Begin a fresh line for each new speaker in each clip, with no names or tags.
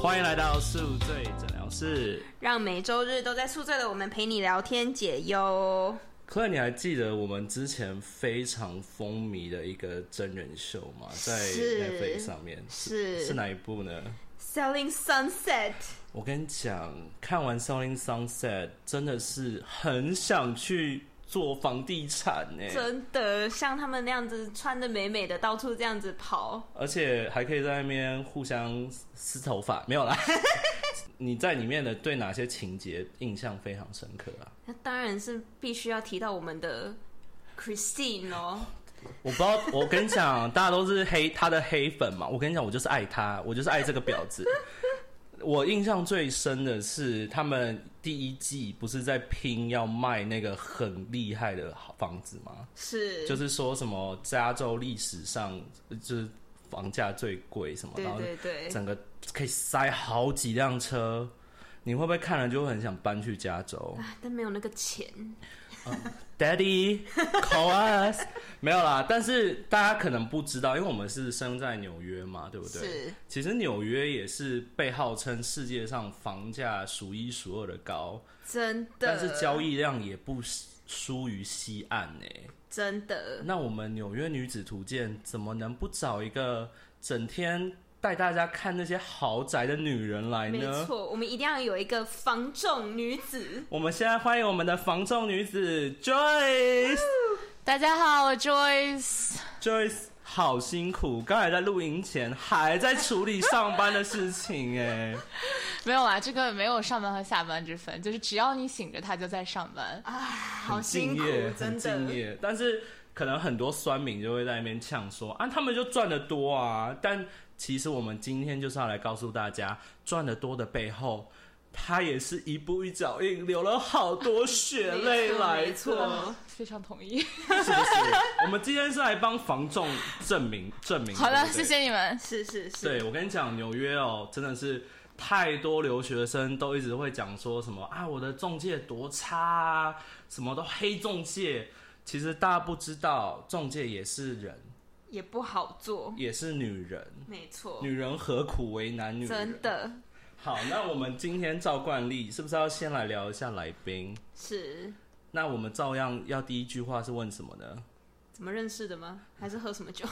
欢迎来到宿醉诊疗室。
让每周日都在宿醉的我们陪你聊天解忧。
克莱，你还记得我们之前非常风靡的一个真人秀吗？在
是
Netflix 上面
是
是哪一部呢？
Selling Sunset，
我跟你讲，看完《Selling Sunset》，真的是很想去做房地产呢、
真的像他们那样子穿的美美的，到处这样子跑。
而且还可以在那边互相撕头发，没有啦。 你在里面的对哪些情节印象非常深刻啊？
那当然是必须要提到我们的 Christine 哦，
我不知道，我跟你讲，大家都是黑他的黑粉嘛。我跟你讲，我就是爱他，我就是爱这个婊子。我印象最深的是，他们第一季不是在拼要卖那个很厉害的房子吗？
是，
就是说什么加州历史上就是房价最贵什么，
对
然后
对对，
整个可以塞好几辆车。你会不会看了就会很想搬去加州
啊但没有那个钱，
？Daddy, call us。没 有啦，但是大家可能不知道，因为我们是生在纽约嘛，对不对？
是
其实纽约也是被号称世界上房价数一数二的高，
真的，
但是交易量也不输于西岸呢、
真的
那我们纽约女子图鉴怎么能不找一个整天带大家看那些豪宅的女人来
没
呢？
错，我们一定要有一个防重女子。
我们现在欢迎我们的防重女子 Joyce。
大家好，我 Joyce。
Joyce 好辛苦，刚才在录音前还在处理上班的事情哎、
没有啦，啊这个没有上班和下班之分，就是只要你醒着，他就在上班。
啊， 好
很
辛
敬
苦
业，，很
真
敬
的，
业。但是可能很多酸民就会在那边呛说啊，他们就赚得多啊。但其实我们今天就是要来告诉大家，赚得多的背后，他也是一步一脚印，流了好多血泪来
没 错没
的，
错
非常同意。
是不是？我们今天是来帮房仲证明证明。
好的
对，不对
谢谢你们。
是是是，
对，我跟你讲，纽约哦，真的是太多留学生都一直会讲说什么啊，我的中介多差啊，什么都黑中介。其实大家不知道，中介也是人，
也不好做，
也是女 人，
没错，
女人何苦为难女人？
真。的
好，那我们今天照惯例，是不是要先来聊一下来宾？
是
那我们照样要第一句话是问什么呢？
怎么认识的吗？还是喝什么 酒？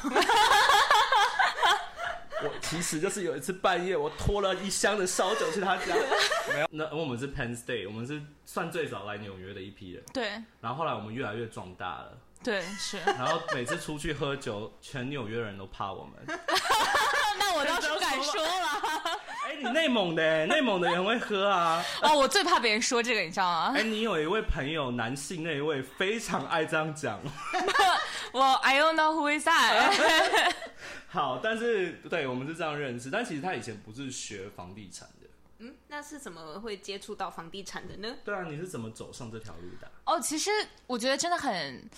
我其实就是有一次半夜，我拖了一箱的烧酒去他家。 没有，那我们是 Penn State，我们是算最早来纽约的一批人。
对
然后后来我们越来越壮大了，
对是。
然后每次出去喝酒，全纽约人都怕我们。
那我倒是不敢说了。
哎、你内蒙的、内蒙的人会喝啊。
哦， 我最怕别人说这个，你知道吗
哎、？你有一位朋友，男性那一位非常爱这样讲。
我 I don't know who is that。
好，但是对我们是这样认识，但其实他以前不是学房地产的。
嗯，那是怎么会接触到房地产的呢？
对啊，你是怎么走上这条路的啊、
哦，其实我觉得真的很。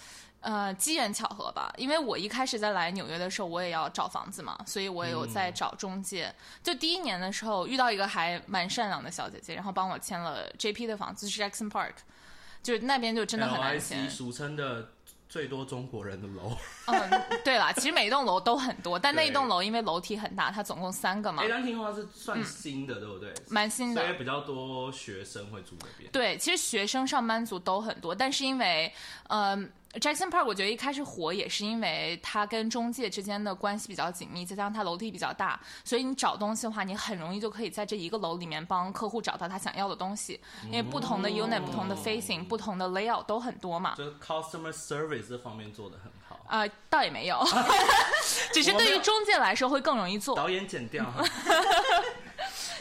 呃，机缘巧合吧，因为我一开始在来纽约的时候，我也要找房子嘛，所以我也有在找中介。就第一年的时候，遇到一个还蛮善良的小姐姐，然后帮我签了 JP 的房子，是 Jackson Park，就是那边就真的很难
LIC
签。
俗称的最多中国人的楼。
嗯，对啦，其实每一栋楼都很多，但那
对
一栋楼因为楼体很大，它总共三个嘛
哎、，兰亭花是算新的，对不对？
蛮新
所
的
以。比较多学生会住那边。
对，其实学生、上班族都很多，但是因为，嗯、j a c k s o n Park 我觉得一开始火也是因为它跟中介之间的关系比较紧密，再加上它楼梯比较大，所以你找东西的话，你很容易就可以在这一个楼里面帮客户找到他想要的东西，因为不同的 unit、不
哦
同的 facing、不同的 layout 都很多嘛。
就是 customer service 这方面做的很好。
啊、倒也 没有，只是
我没
对
有
于中介来说会更容易做。
导演剪 掉，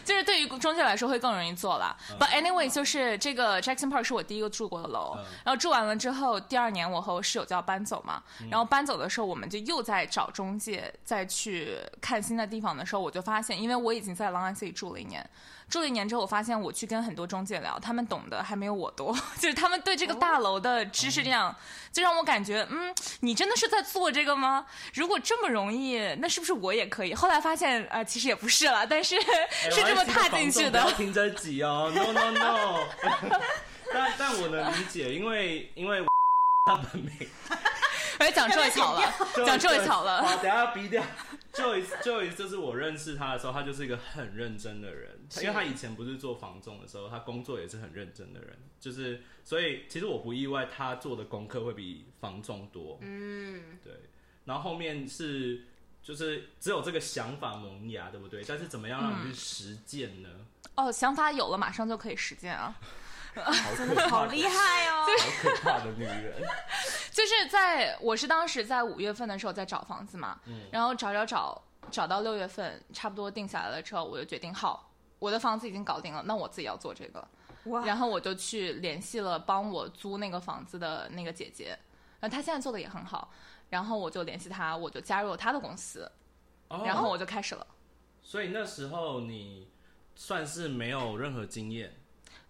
就是对于中介来说会更容易做啦。But anyway，就是这个 Jackson Park 是我第一个住过的楼，
嗯
然后住完了之后，第二年我和我室友就要搬走嘛，
嗯
然后搬走的时候，我们就又在找中介，再去看新的地方的时候，我就发现，因为我已经在 Long Island City 住了一年，住了一年之后，我发现我去跟很多中介聊，他们懂得还 没有我多，就是他们对这个大楼的知识量，就让我感觉，嗯，你真的是在做这个吗？如果这么容易，那是不是我也可以？后来发现，啊、其实也不是了，但是 是这么踏进去
哎哎我还是个房东不
的
要。听这集哦，no no no。但但我能理解，因为因为他本名
可哎是讲 Joyce 好 了， 讲 Joyce 好了。
好，等一下逼掉。Joyce Joyce，就是我认识他的时候，他就是一个很认真的人，因为他以前不是做房仲的时候，他工作也是很认真的人，就是所以其实我不意外他做的功课会比房仲多，
嗯，
对。然后后面是就是只有这个想法萌芽，对不对？但是怎么样让你去实践呢？
哦，想法有了，马上就可以实践啊！
好可怕的，
好厉害哦！
好可怕的女人。
就是在我是当时在五月份的时候在找房子嘛，
嗯
然后找找找找到六月份差不多定下来了之后，我就决定好，我的房子已经搞定了，那我自己要做这个了。
哇，
然后我就去联系了帮我租那个房子的那个姐姐，然后她现在做的也很好，然后我就联系她，我就加入了她的公司，
哦
然后我就开始了。
所以那时候你算是没有任何经验，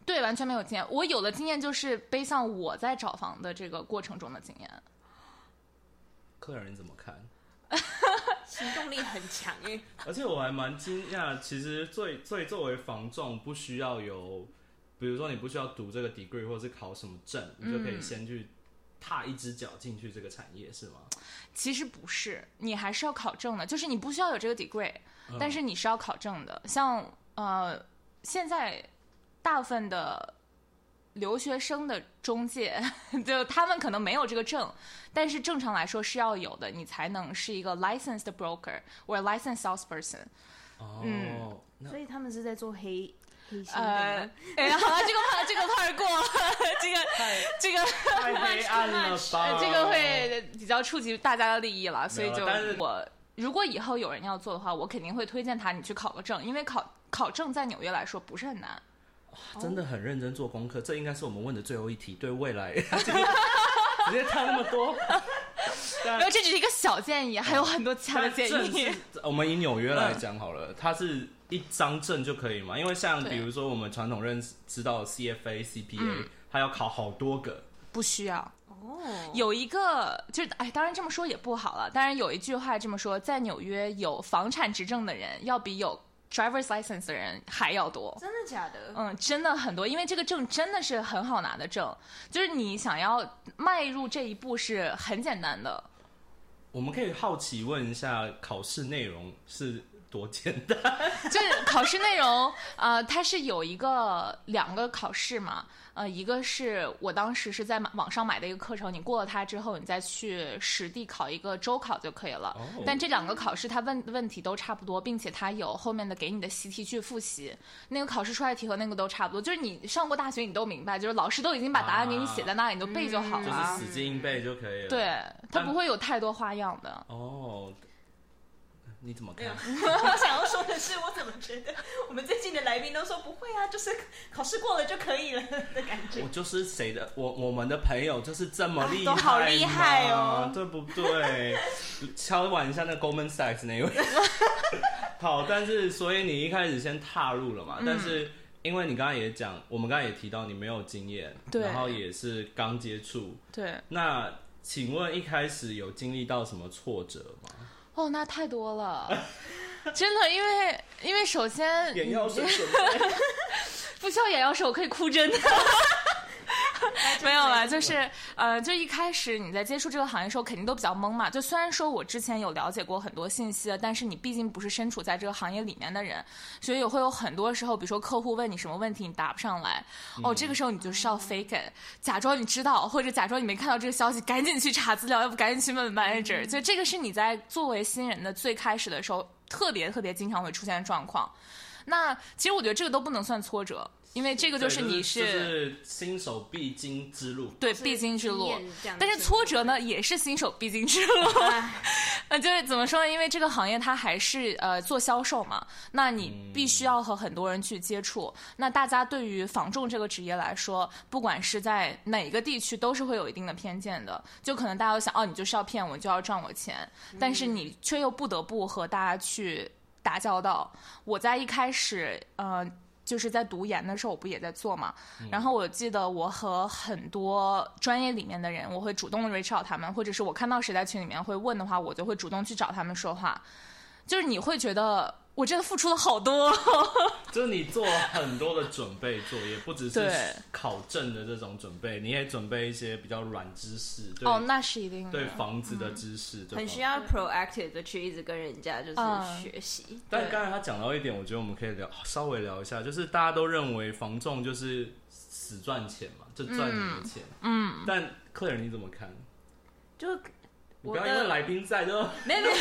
对，完全没有经验。我有的经验就是背上我在找房的这个过程中的经验。
客人你怎么看？
行动力很强哎，
而且我还蛮惊讶，其实最最作为房仲，不需要有，比如说你不需要读这个 degree 或是考什么证，你就可以先去踏一只脚进去这个产业，是吗？
其实不是，你还是要考证的，就是你不需要有这个 degree，、但
嗯
嗯是你是要考证的。像呃，现在大部分的留学生的中介， 就他们可能没有这个证，但是正常来说是要有的，你才能是一个 licensed broker or licensed salesperson。
哦，那
嗯
所以他们是在做黑黑心
呃
的吗，
哎，好了，这个 part 这个 part 过了，这个这个。
太黑暗了吧
呃，？ 这个会比较触及大家的利益了，所以
啊没有啊
就
但是
我如果以后有人要做的话，我肯定会推荐他你去考个证，因为考考证在纽约来说不是很难。
真的很认真做功课，这应该是我们问的最后一题，对未来 直接探那么多。但
然后这只是一个小建议，还有很多其他的建
但
议 嗯
正。是我们以纽约来讲好了，它是一张证就可以嘛？因为像
对嗯
比如说我们传统认识知道的 CFA、CPA，它要考好多个。
不需要
哦，
有一个，就是哎，当然这么说也不好了。当然有一句话这么说，在纽约有房产执证的人，要比有 driver's license 的人还要多。
真的假 的？
嗯，真的很多，因为这个证真的是很好拿的证，就是你想要迈入这一步是很简单的。
我们可以好奇问一下，考试内容是多简单？
就是考试内容，呃，它是有一个两个考试嘛，呃，一个是我当时是在马网上买的一个课程，你过了它之后，你再去实地考一个周考就可以了。
哦
但这两个考试它问问题都差不多，并且它有后面的给你的习题去复习，那个考试出来的题和那个都差不多，就是你上过大学你都明白，就是老师都已经把答案给你写在那里，你就背就好
就
了。嗯
是死记硬背就可以了。，
啊对，它
但
不会有太多花样的。
哦，你怎么
没有，
看？
我想要说的是，我怎么觉得我们最近的来宾都说不会啊，就是考试过了就可以了的感觉
我。就是谁的我我们的朋友就是这么厉害嘛、
啊都好厉害哦
对不对？敲碗一下那 Goldman Sachs 那一位。 好，但是所以你一开始先踏入了嘛，
嗯
但是因为你刚刚也讲，我们刚刚也提到你没有经验，
对
然后也是刚接触，
对，
那请问一开始有经历到什么挫折吗？
哦，那太多 了，真的，因为因为首先
眼药水准备，
不需要眼药水，我可以哭真的。 没有啦，就是呃，就一开始你在接触这个行业的时候，肯定都比较懵嘛。就虽然说我之前有了解过很多信息，啊但是你毕竟不是身处在这个行业里面的人，所以也会有很多时候，比如说客户问你什么问题，你答不上来，哦，这个时候你就是要 fake it，假装你知道，或者假装你没看到这个消息，赶紧去查资料，要不赶紧去问 manager。就这个是你在作为新人的最开始的时候，特别特别经常会出现的状况。那其实我觉得这个都不能算挫折，因为这个就是
对
你
就是新手必经之路。
对必经之路。
这样子
但是挫折 呢，也是新手必经之 路。呃，就是怎么说呢？因为这个行业它还是呃做销售嘛，那你必须要和很多人去接触。那大家对于房仲这个职业来说，不管是在哪个地区，都是会有一定的偏见的。就可能大家都想，哦，你就是要骗我，你就要赚我钱，但是你却又不得不和大家去打交道。我在一开始，呃。就是在读研的时候，我不也在做嘛？
嗯
然后我记得我和很多专业里面的人，我会主动 reach out 他们，或者是我看到谁在群里面会问的话，我就会主动去找他们说话。就是你会觉得我真的付出了好多，
就是你做很多的准备作业，不只是
对
考证的这种准备，你也准备一些比较软知识，对、
哦，那是一定的，
对房子的知识，这
很
方
需要 proactive 的去一直跟人家就是
嗯
学习。
但刚才他讲到一点，我觉得我们可以聊稍微聊一下，就是大家都认为房仲就是死赚钱嘛，就赚你的钱。嗯。但客人你怎么看？
就
你
我
不要因
的
为来宾在就 哦
没有没有，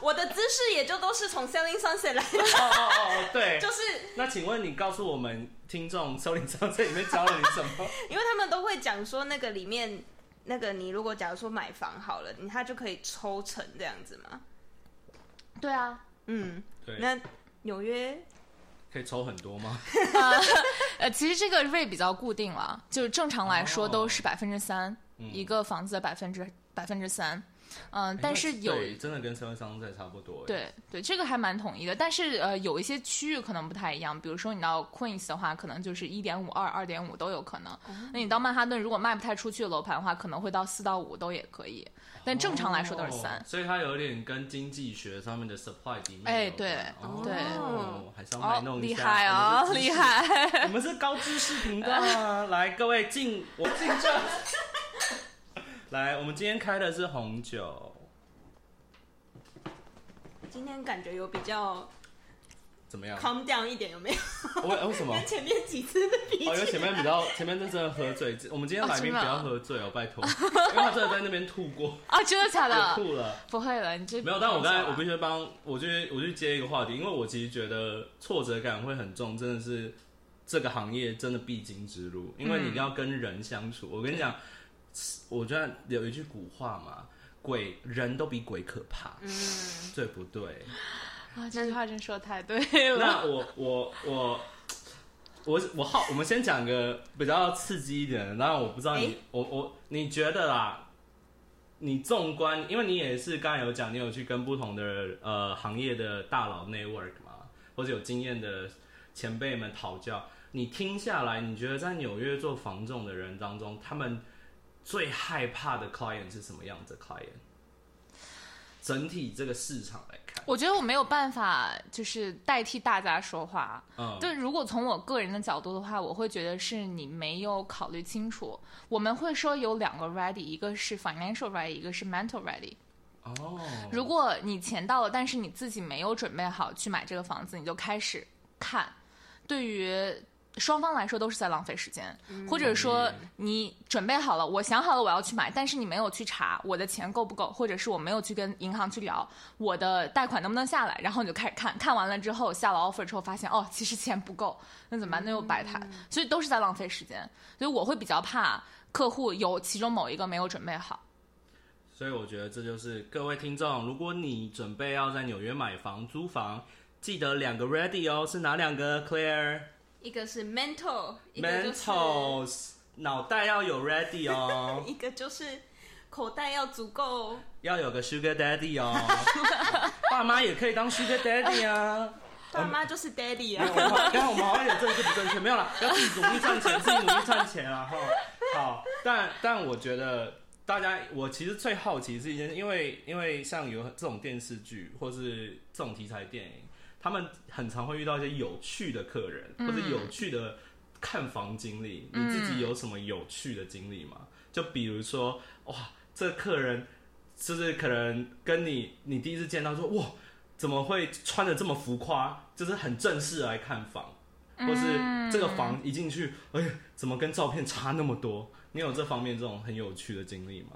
我的姿势也就都是从 Selling Sunset 来的，
哦哦哦对。
就是
那请问你告诉我们听众，收领章这里面教了你什么？
因为他们都会讲说那个里面那个你如果假如说买房好了，你他就可以抽成这样子嘛。
对啊，
嗯，
对，
那纽约
可以抽很多吗？
呃，其实这个 rate 比较固定了，就是正常来
哦
说都是百分之三，
嗯
一个房子的百分之百分之三，嗯，但是有
哎对真的跟身份商在差不多。，哎
对对，这个还蛮统一的，但是呃，有一些区域可能不太一样，比如说你到 Queens 的话，可能就是一点五二、二点五都有可能。
哦
那你到曼哈顿，如果卖不太出去的楼盘的话，可能会到四到五都也可以，但正常来说都是三、
哦所以它有点跟经济学上面的 supply 里面。
哎对对
哦，还是要卖
哦
弄，一
厉
下。
害
我
啊、
们是知识
厉害！
我们是高知识频道啊！来，各位敬我敬这。 来，我们今天开的是红酒，
今天感觉有比较
怎么样？
calm down 一点，有没 有？
为为 什么？
跟前面几次的比起
哦，
来，
因为前面比较，前面真的喝醉。我们今天来宾不
哦真的啊
要喝醉哦，拜托，因为他真的在那边吐 过，
啊，真的 假
也
的？
吐了。
不会了，你这
没有，但我刚才我必
须
须帮我去我去接一个话题，因为我其实觉得挫折感会很重，真的是这个行业真的必经之路，因为你一定要跟人相处。我跟你讲，我觉得有一句古话嘛，鬼人都比鬼可怕，
嗯，
对不对？
啊，这句话真说得太对了。
那我我我我我好，我们先讲个比较刺激一点的。然后我不知道你，
诶
我我你觉得啦，你纵观，因为你也是刚才有讲，你有去跟不同的呃行业的大佬 network 嘛，或者有经验的前辈们讨教。你听下来，你觉得在纽约做房仲的人当中，他们最害怕的 client 是什么样子的？client 整体这个市场来看，
我觉得我没有办法，就是代替大家说话。
嗯，
但如果从我个人的角度的话，我会觉得是你没有考虑清楚。我们会说有两个 ready，一个是 financial ready，一个是 mental ready。
哦，
如果你钱到了，但是你自己没有准备好去买这个房子，你就开始看，对于。双方来说都是在浪费时间，或者说
同意
你准备好了，我想好了我要去买，但是你没有去查我的钱够不够，或者是我没有去跟银行去聊我的贷款能不能下来，然后你就开始看看完了之后下了 offer 之后发现哦，其实钱不够，那怎么办？那又白谈，所以都是在浪费时间，所以我会比较怕客户有其中某一个没有准备好。
所以我觉得这就是各位听众，如果你准备要在纽约买房、租房，记得两个 ready 哦，是哪两个？Claire，mental
一个是 mental，一个就是，
脑袋要有 ready 哦
一个就是口袋要足够。
要有个 sugar daddy 哦，爸妈也可以当 sugar daddy 啊。
爸妈就是 daddy
没有
啊，
我们好刚刚我们好像有政治不正确，没有啦，要自己努力赚钱，自己努力赚钱啊！哈，好，但但我觉得大家，我其实最好奇是一件事，因为因为像有这种电视剧或是这种题材电影，他们很常会遇到一些有趣的客人、或者有趣的看房经历。你自己有什么有趣的经历吗？就比如说，哇，这客人就是可能跟你你第一次见到说，哇，怎么会穿的这么浮夸？就是很正式来看房，
嗯
或是这个房一进去，哎呀，怎么跟照片差那么多？你有这方面这种很有趣的经历吗？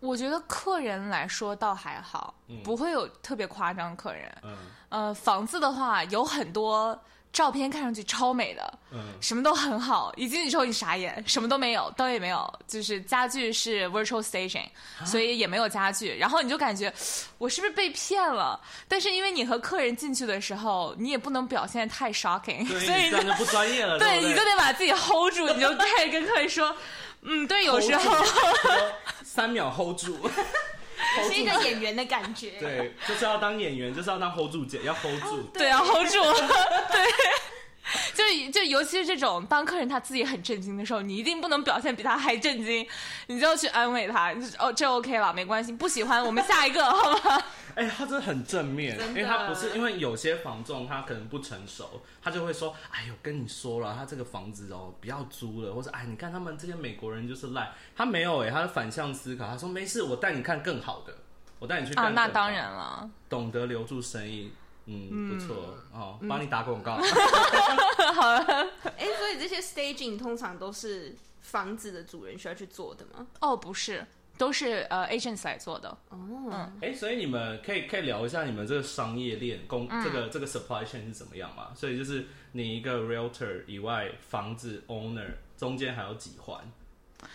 我觉得客人来说倒还好，不会有特别夸张客人。
嗯
呃，房子的话有很多照片看上去超美的，
嗯，
什么都很好，一进去之后你傻眼，什么都没有，灯也没有，就是家具是 virtual station，所
啊
以也没有家具，然后你就感觉我是不是被骗了？但是因为你和客人进去的时候，你也不能表现得太 shocking，
对，
所以
你这样就不专业了，
对，
不
你就
对？
得把自己 hold 住，你就开始跟客人说，嗯，对，有时
Hold 住
候。
三秒 hold 住，
是一个演员的感觉。，
对，就是要当演员，就是要当 hold 住姐，要 hold 住。
对啊，hold 住， 对，就就尤其是这种，当客人他自己很震惊的时候，你一定不能表现比他还震惊，你就要去安慰他，你就哦这 OK 了，没关系，不喜欢我们下一个好吗？
哎、哎、他真的很正面，
真
因
的
为他不是因为有些房仲他可能不成熟，他就会说，哎呦，跟你说了，他这个房子哦不要租了，或者哎，你看他们这些美国人就是赖，他没有哎、他是反向思考，他说没事，我带你看更好的，我带 你去看
啊，
更好、
那当，然了，
懂得留住生意，嗯，不错哦，帮你
嗯
打广告，
哎、所以这些 staging 通常都是房子的主人需要去做的吗？
哦，不是，都是呃 agents 来做的。
哦，
哎、所以你们可以可以聊一下你们这个商业链供、
嗯
这个这个 supply chain 是怎么样嘛？所以就是你一个 realtor 以外，房子 owner 中间还有几环？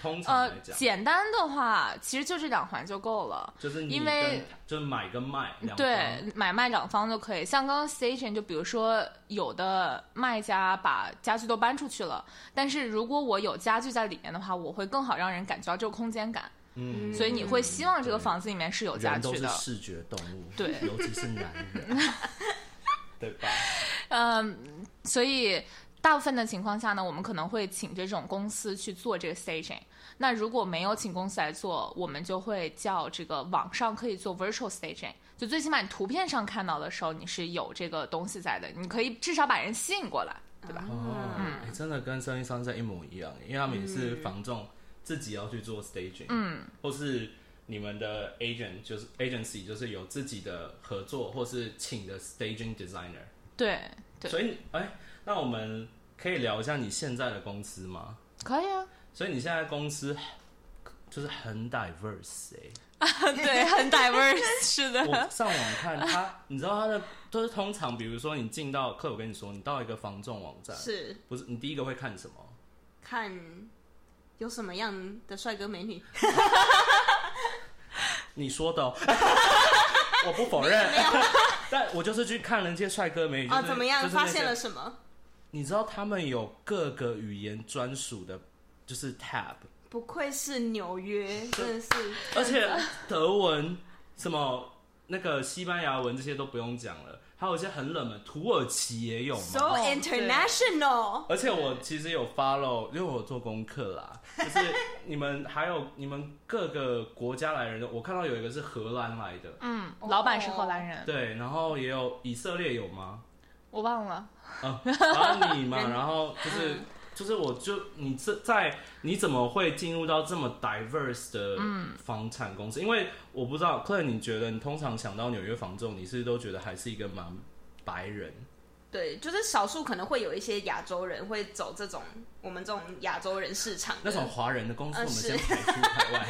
通常
呃
来，讲，
简单的话，其实就这两环就够了。
就是你
因
跟
为
就是买跟卖两
对
方，
买卖两方都可以。像刚刚 station，就比如说有的卖家把家具都搬出去了，但是如果我有家具在里面的话，我会更好让人感觉到这个空间感。
嗯，
所以你会希望这个
对
房子里面是有家
人都
具
是
的。
视觉动物，
对
尤其是男 人，对吧？
嗯，所以大部分的情况下呢，我们可能会请这种公司去做这个 staging。那如果没有请公司来做，我们就会叫这个网上可以做 virtual staging，就最起码你图片上看到的时候，你是有这个东西在的，你可以至少把人吸引过来，对吧？
哦，
嗯
哎真的跟生意商在一模一样，因为他们也是房仲自己要去做 staging，嗯，或是你们的 agent 就是 agency 就是有自己的合作，或是请的 staging designer。
对对，
所以，哎、那我们可以聊一下你现在的公司吗？
可以啊，
所以你现在公司就是很 diverse 哎、
对，很 diverse，是
我
的，
上网看他，你知道他的就是通常，比如说你进到客，我跟你说，你到一个房仲网站，
是
不是你第一个会看什么？
看有什么样的帅哥美女，
你说的、 哦，我不否认。 但我就是去看人家帅哥美女、就是、
啊，怎么样？
就是那
发
些
现了？什么？
你知道他们有各个语言专属的，就是 tab，
不愧是纽约，真的是，
而且德文、什么那个西班牙文这些都不用讲了，还有一些很冷门，土耳其也有
so
嘛。
哦对
international。
而且我其实有 follow，因为我有做功课 啦，就是你们还有你们各个国家来的人，我看到有一个是荷兰来的，
嗯，老板是荷兰人，
对，然后也有以色列有吗？
我忘了，
啊，然后你嘛，
人
然后就是、
嗯
就是，我就你这在你怎么会进入到这么 diverse 的
嗯
房产公司？因为我不知道 c l a r 你觉得你通常想到纽约房仲，你是不是都觉得还是一个蛮白人？
对，就是少数可能会有一些亚洲人会走这种我们这种亚洲人市场的
那种，华人的公司，我
呃
们
是
先排除海外，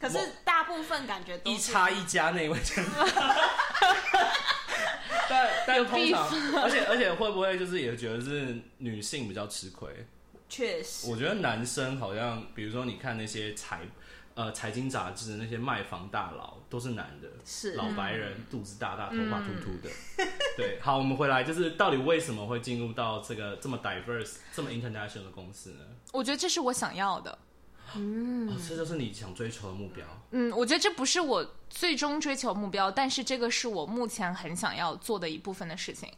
可是大部分感觉 都
一
是
差一加 那一位真的。但但通常，而且而且会不会就是也觉得是女性比较吃亏？
确实
我觉得男生好像，比如说你看那些财呃财经杂志那些卖房大佬都是男的，
是
老白人，肚子大大，头发秃秃的。对，好，我们回来，就是到底为什么会进入到这个这么 diverse、这么 international 的公司呢？
我觉得这是我想要的，
哦，这就是你想追求的目标。
嗯，我觉得这不是我最终追求目标，但是这个是我目前很想要做的一部分的事情。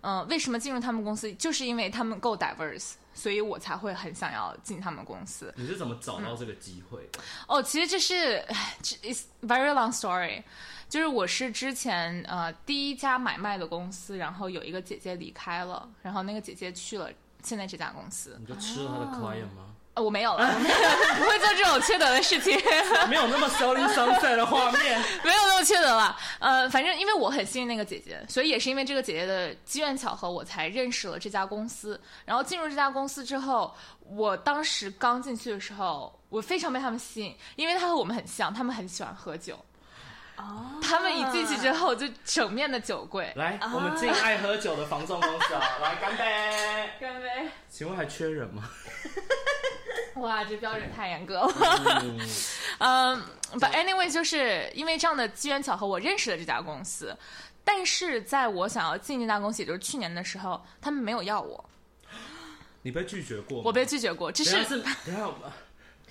嗯、为什么进入他们公司，就是因为他们够 diverse，所以我才会很想要进他们公司。
你是怎么找到这个机会的？
哦，其实这是 唉这 is very long story，就是我是之前呃第一家买卖的公司，然后有一个姐姐离开了，然后那个姐姐去了现在这家公司，
你就吃了他的 client 吗？
呃，我没有了， 我没有不会做这种缺德的事情。
没有那么 selling sunset 的画面。
没有那么缺德了。呃，反正因为我很信任那个姐姐，所以也是因为这个姐姐的机缘巧合，我才认识了这家公司。然后进入这家公司之后，我当时刚进去的时候，我非常被他们吸引，因为他和我们很像，他们很喜欢喝酒。
哦
他们一进去之后，就整面的酒柜。
来，我们进爱喝酒的房仲公司啊，来干杯！
干杯！
请问还缺人吗？
哇，这标准太严格了。
嗯
嗯、b u t anyway，就是因为这样的机缘巧合，我认识了这家公司。但是在我想要进这家公司，也就是去年的时候，他们没有要我，
你被拒绝过吗？
我被拒绝过。这
等一
是
下是等一下 我们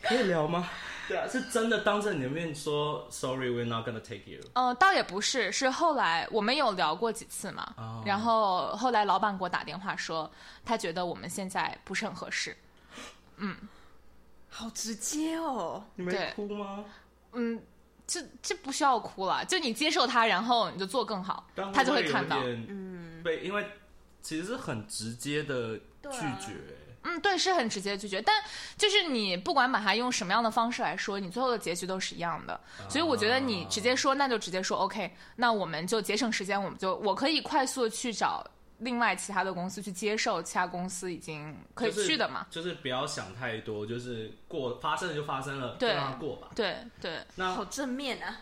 可以聊吗？对啊，是真的当着你的面说 sorry, we're not gonna take you。
呃，倒也不是，是后来我们有聊过几次嘛，
哦
然后后来老板给我打电话说，他觉得我们现在不是很合适。
好直接哦，哦
你
对
没哭吗？
嗯，这这不需要哭了，就你接受他，然后你就做更好，
但
他就
会
会看到。
嗯，被因为其实是很直接的
对
拒
啊
绝。
嗯，对，是很直接拒绝，但就是你不管把它用什么样的方式来说，你最后的结局都是一样的。所以
啊
我觉得你直接说，那就直接说 OK，那我们就节省时间，我们就我可以快速地去找另外其他的公司去接受其他公司已经可以
就是
去的嘛。
就是不要想太多，就是过发生了就发生了，就
对
让它过吧。
对对，
那
好正面啊！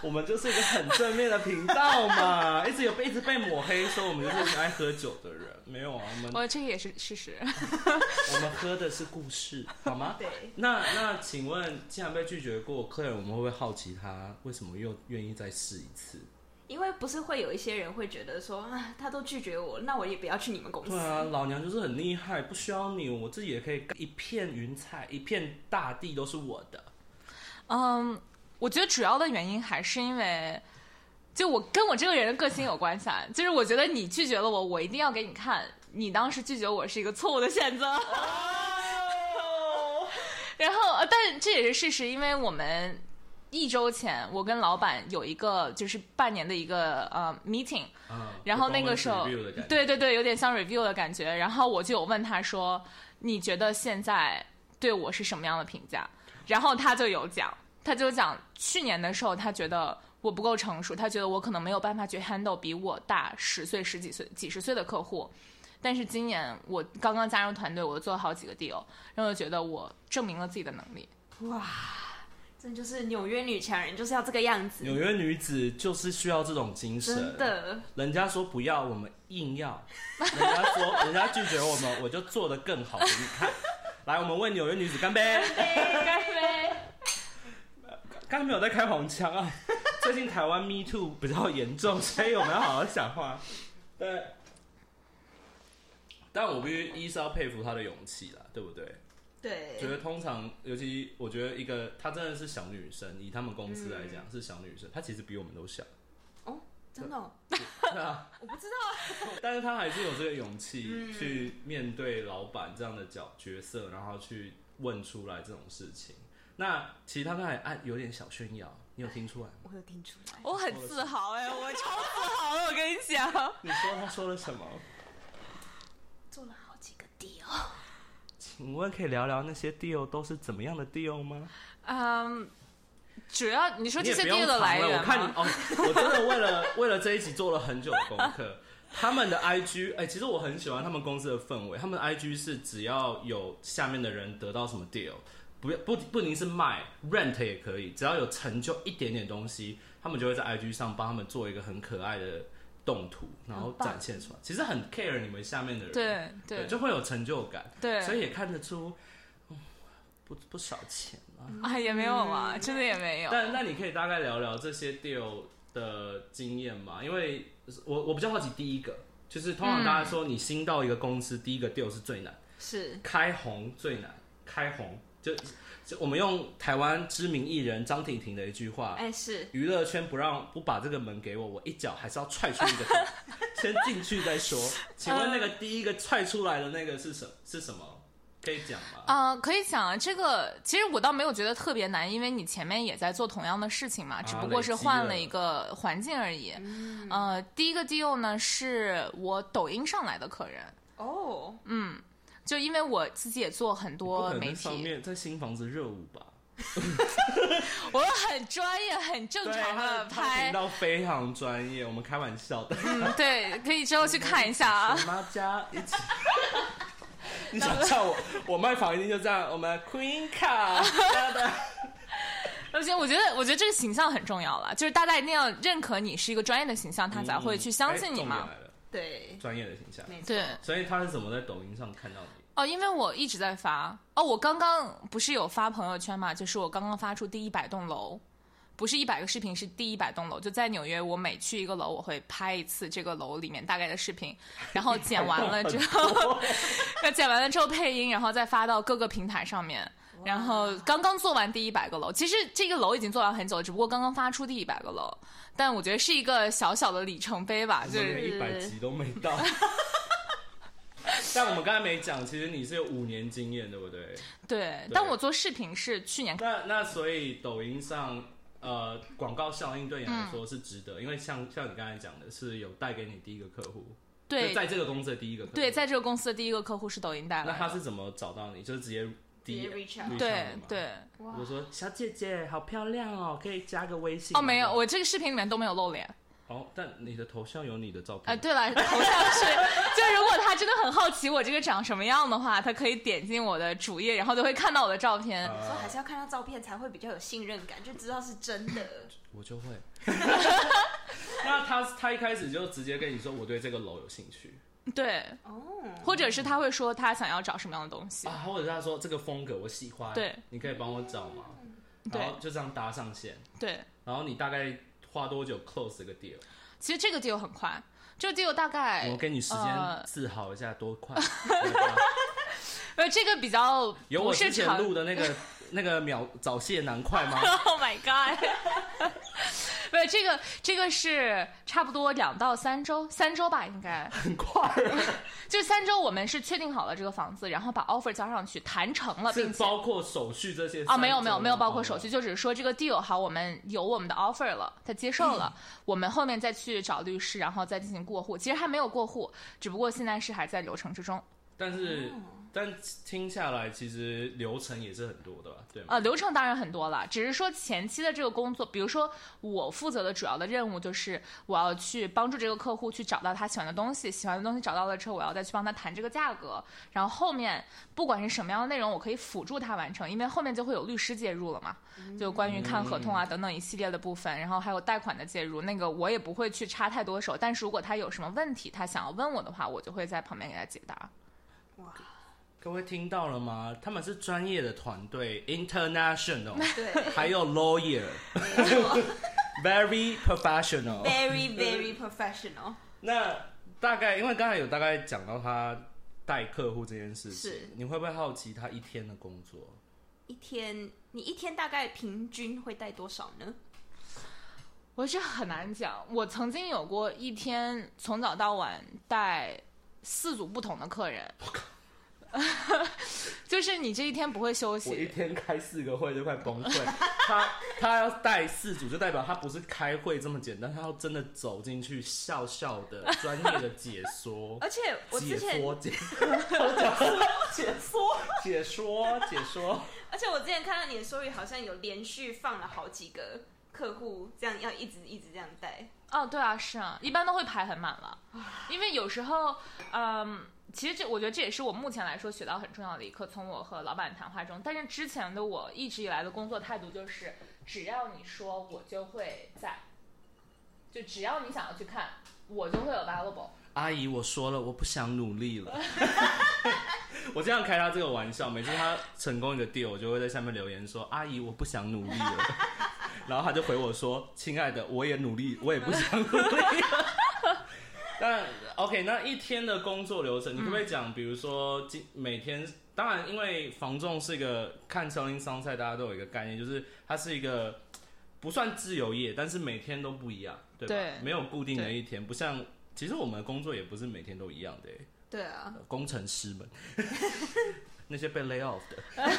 我们就是一个很正面的频道嘛，一 直有被一直被抹黑说我们就是很爱喝酒的人，没有啊，我们
我这个也是事实。
我们喝的是故事，好吗？
对，
那那请问，既然被拒绝过，客人我们会不会好奇他为什么又愿意再试一次？
因为不是会有一些人会觉得说啊，他都拒绝我，那我也不要去你们公司。
对啊，老娘就是很厉害，不需要你，我自己也可以干一片云彩，一片大地都是我的。
嗯，我觉得主要的原因还是因为，就我跟我这个人的个性有关系啊。就是我觉得你拒绝了我，我一定要给你看，你当时拒绝我是一个错误的选择。 然后，呃，但这也是事实，因为我们一周前我跟老板有一个就是半年的一个呃 meeting，
嗯
然后那个时候
performance review 的感觉，
对对对，有点像 review 的感觉。然后我就有问他说：“你觉得现在对我是什么样的评价？”然后他就有讲，他就讲去年的时候，他觉得我不够成熟，他觉得我可能没有办法去 handle 比我大十岁、十几岁、几十岁的客户。但是今年我刚刚加入团队，我做了好几个 deal，然后就觉得我证明了自己的能力。
哇，这就是纽约女强人，就是要这个样子，
纽约女子就是需要这种精神，
真。的。
人家说不要，我们硬要； 人家说人家拒绝我们，我就做的更好给你看。来，我们为纽约女子干杯！
干杯！
刚刚没有在开黄腔 啊，最近台湾 Me Too 比较严重，所以我们要好好讲话。对，但我必须一是要佩服他的勇气啦，对不对？
对，
觉得通常，尤其我觉得一个她真的是小女生，以他们公司来
嗯
讲、是小女生，她其实比我们都小，
真的哦、
对啊，
我不知道啊。
但是她还是有这个勇气
嗯
去面对老板这样的角角色，然后去问出来这种事情。那其实她刚才按有点小炫耀，你有听出来吗？
我有听出来，
哦
我很自豪哎、我超自豪的，我跟你讲。
你说她说了什么？
做了好几个 deal。
啊请问可以聊聊那些 deal 都是怎么样的 deal 吗？
嗯，主要你说
你
这
也
些
不用
deal 的
藏
来
了
源
我看你
吗？
哦，我真的为了 为了这一集做了很久的功课。他们的 IG，哎、其实我很喜欢他们公司的氛围。他们的 IG 是只要有下面的人得到什么 deal，不要不不仅是卖 rent 也可以，只要有成就一点点东西，他们就会在 IG 上帮他们做一个很可爱的动图，然后
很棒
展现出来。其实很 care 你们下面的人，
对
对，
对
就会有成就感。所
对，
以也看得出，嗯、不不少钱啊。
哎
啊也没有
嗯
啊，真的也没有。
但那你可以大概聊聊这些 deal 的经验嘛？因为我我比较好奇第一个，就是通常
嗯
大家说你新到一个公司，第一个 deal 是最难，
是
开红最难，开红就就我们用台湾知名艺人张婷婷的一句话。
哎、是，
娱乐圈不让不把这个门给我，我一脚还是要踹出一 个洞，先进去再说。请问那
嗯
个第一个踹出来的那个是什是什么？可以讲吗？
呃，可以讲啊，这个其实我倒没有觉得特别难，因为你前面也在做同样的事情嘛，
啊
只不过是换了一个环境而已。
嗯，
呃，第一个 deal 呢是我抖音上来的客人，
哦，
嗯，就因为我自己也做很
不
多
可能
媒
在上
体，
面在新房子热舞吧？
我很专业、很正
对，
常
他
的
的他的
拍
频，道非常专业，我们开玩笑 的。
嗯，对，可以之后去看一下啊。
我妈家一 起。你想叫我，我卖房一定就这样。我们 Queen 卡，哒哒
而且我觉得，我觉得这个形象很重要了，就是大家一定要认可你是一个专业的形象，他才会去相信
嗯哎
你
重
嘛。
点来了
对，
专业的形象。
没错，
对，
所以他是怎么在抖音上看到你？
哦，因为我一直在发，哦，我刚刚不是有发朋友圈嘛，就是我刚刚发出第一百栋楼，不是一百个视频，是第一百栋楼。就在纽约，我每去一个楼，我会拍一次这个楼里面大概的视频，然后剪完了之后，那 剪完了之后配音，然后再发到各个平台上面。然后刚刚做完第一百个楼，其实这个楼已经做完很久了，只不过刚刚发出第一百个楼，但我觉得是一个小小的里程碑吧，就
我
啊是
们连一百集都没 到。但我们刚才没讲，其实你是有五年经验，对不对？
对。但我做视频是去年
那那所以抖音上，呃广告效应对你来说是值得，
嗯
因为像像你刚才讲的是有带给你第一个客户，就
对
在这个公司的第一个客户，
对，在这个公司的第一个客户是抖音带
那
来
他
的，
是怎么找到你？就是直接第一
直接 reach out
对对。
哇
我说小姐姐好漂亮哦，可以加个微信吗
哦，没有，我这个视频里面都没有露脸。
哦，但你的头像有你的照片
哎、对了，头像是，就如果他真的很好奇我这个长什么样的话，他可以点进我的主页，然后就会看到我的照片。
啊
所以还是要看到照片才会比较有信任感，就知道是真 的。
我就 会。那他他一开始就直接跟你说我对这个楼有兴趣
对，
哦，
或者是他会说他想要找什么样的东西。
啊，或者他说这个风格我喜欢，
对，嗯
你可以帮我找吗？
对
然后就这样搭上线，
对，
然后你大概花多久 close 这个 deal？
其实这个 deal 很快，这个 deal 大概
我给你时间
呃
自豪一下，多 快？来吧
呃，这个比较
有
不
我之
是
前
常
录的那 个那个秒早泄男快吗？
Oh my god！不 是这个，这个是差不多两到三周，三周吧，应该
很快，啊
就三周。我们是确定好了这个房子，然后把 offer 交上去，谈成了，
是
呃并且
包哦括手续这些
啊，没有没有没有包括手
手
续，
续。
就只是说这个 deal 好，我们有我们的 offer 了，他接受
嗯
了，我们后面再去找律师，然后再进行过户。其实还没有过户，只不过现在是还在流程之中。
但是
哦
但听下来，其实流程也是很多的吧？对吗？
呃，流程当然很多了，只是说前期的这个工作，比如说我负责的主要的任务就是我要去帮助这个客户去找到他喜欢的东西，喜欢的东西找到了之后，我要再去帮他谈这个价格，然后后面不管是什么样的内容，我可以辅助他完成，因为后面就会有律师介入了嘛，就关于看合同啊等等一系列的部分，然后还有贷款的介入，那个我也不会去插太多手，但是如果他有什么问题，他想要问我的话，我就会在旁边给他解答。
哇，
各位听到了吗？他们是专业的团队，international，
对
还有 lawyer，very
没错
professional。
，very very professional。
那大概因为刚才有大概讲到他带客户这件事
是
情，你会不会好奇他一天的工作？
一天，你一天大概平均会带多少呢？
我这很难讲。我曾经有过一天从早到晚带四组不同的客人， 就是你这一天不会休
我一
息。
天开四个会就快崩溃。 他他要带四组，就代表他不是开会这么简单，他要真的走进去笑笑的专业的解 说。
而且呃我
解
之前，
说 解
解说，
解说解说，
而且我之前看到你的说语好像有连续放了好几个客户，这样要一直一直这样带。
哦，对啊，是啊，一般都会排很满了，因为有时候，嗯。其实这，我觉得这也是我目前来说学到很重要的一课，从我和老板谈话中。但是之前的我一直以来的工作态度就是，只要你说，我就会在，就只要你想要去看，我就会有 available。
阿姨，我说了，我不想努力了。我这样开他这个玩笑，每次他成功一个 deal，我就会在下面留言说：“阿姨，我不想努力了。” 然后他就回我说：“亲爱的，我也努力，我也不想努力了。” 但 OK，那一天的工作流程，你可不可以讲？比如说，今每天，当然，因为房仲是一个看超音商赛，大家都有一个概念，就是它是一个不算自由业，但是每天都不一样，对吧？
对
没有固定的
对
一天，不像其实我们的工作也不是每天都一样的欸、
对啊，
工程师 们，那些被 lay off 的，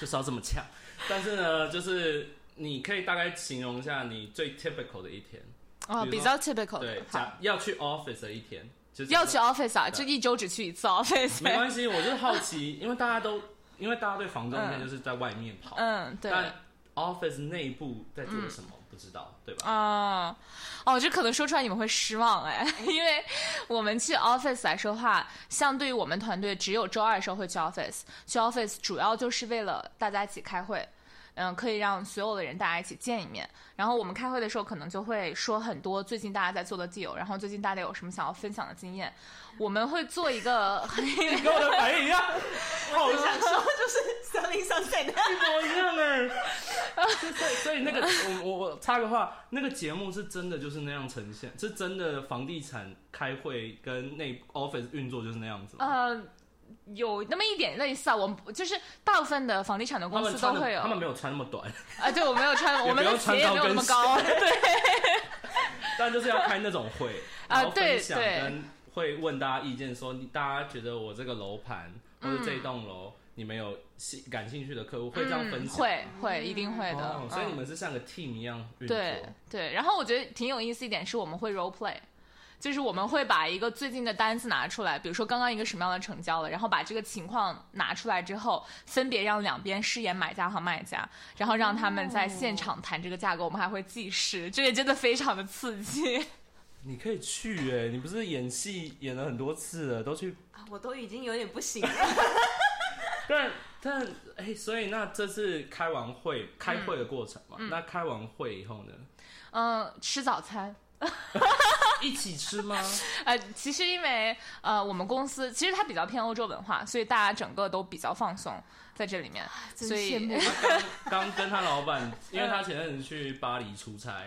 就是要这么呛。但是呢，就是你可以大概形容一下你最 typical 的一天，
哦，
比
比
如
较 typical
对
的，好
假要去 office 的一天，就是
要去 office 啊，
对
就一周只去一次 office。
没关系，我就是好 奇，因为大家都因为大家对房中间
嗯
就是在外面跑，
嗯，对。
但 office 内部在做什么、不知道，对吧？
啊、哦，这可能说出来你们会失望哎， 因为我们去 office 来说话，相对于我们团队，只有周二的时候会去 office，去 office 主要就是为了大家一起开会。嗯，可以让所有的人大家一起见一面。然后我们开会的时候，可能就会说很多最近大家在做的 deal，然后最近大家有什么想要分享的经验。我们会做一个很
你跟我的反 应一样，好
我想说就是三零三三的，
一模一样哎、 所以所以所以那个我我我插个话，那个节目是真的就是那样呈现，是真的房地产开会跟内 office 运作就是那样子吗。
呃，有那么一点类似啊。我们不就是大部分的房地产的
他
公
们
司都
穿的
会有
他们没有穿那么短，
啊，对，我没有穿，
也
我们
不
的
用穿
鞋也没有那么
高
高，
跟
对，
但就是要开那种会
啊
然后分
对
享
对
跟会问大家意见，说你大家觉得我这个楼盘或者这栋楼你们有兴感兴趣的客户会这样分
嗯
享，
会会一定会的。
哦，所以
嗯
你们是像个 team 一样运作，
对对，然后我觉得挺有意思一点是我们会 role play，就是我们会把一个最近的单子拿出来，比如说刚刚一个什么样的成交了，然后把这个情况拿出来之后，分别让两边饰演买家和卖家，然后让他们在现场谈这个价格，我们还会计时，这个真的非常的刺激。
你可以去哎、你不是演戏演了很多次了，都去，
啊我都已经有点不行 了。
但但哎、所以那这次开完会开会的过程嘛，那开完会以后呢，
嗯，吃早餐。
一起吃吗？
呃，其实因为呃，我们公司其实它比较偏欧洲文化，所以大家整个都比较放松在这里面，
真
所以
羡慕
刚跟他老板，因为他前阵子去巴黎出差，
啊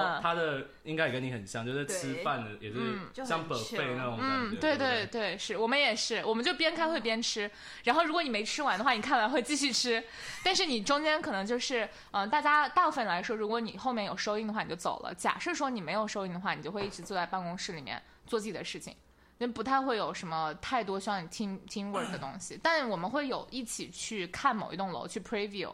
然后他的应该也跟你很像，就是
对
吃饭的也
嗯
是
就
像
很
buffet
chill
那种感
嗯
觉，，
对
不
对对，是我们也是，我们就边开会边吃，然后如果你没吃完的话，你看完会继续吃，但是你中间可能就是，嗯、大家大部分来说，如果你后面有收音的话，你就走了。假设说你没有收音的话，你就会一直坐在办公室里面做自己的事情，那不太会有什么太多需要你 team teamwork 的东西。但我们会有一起去看某一栋楼去 preview，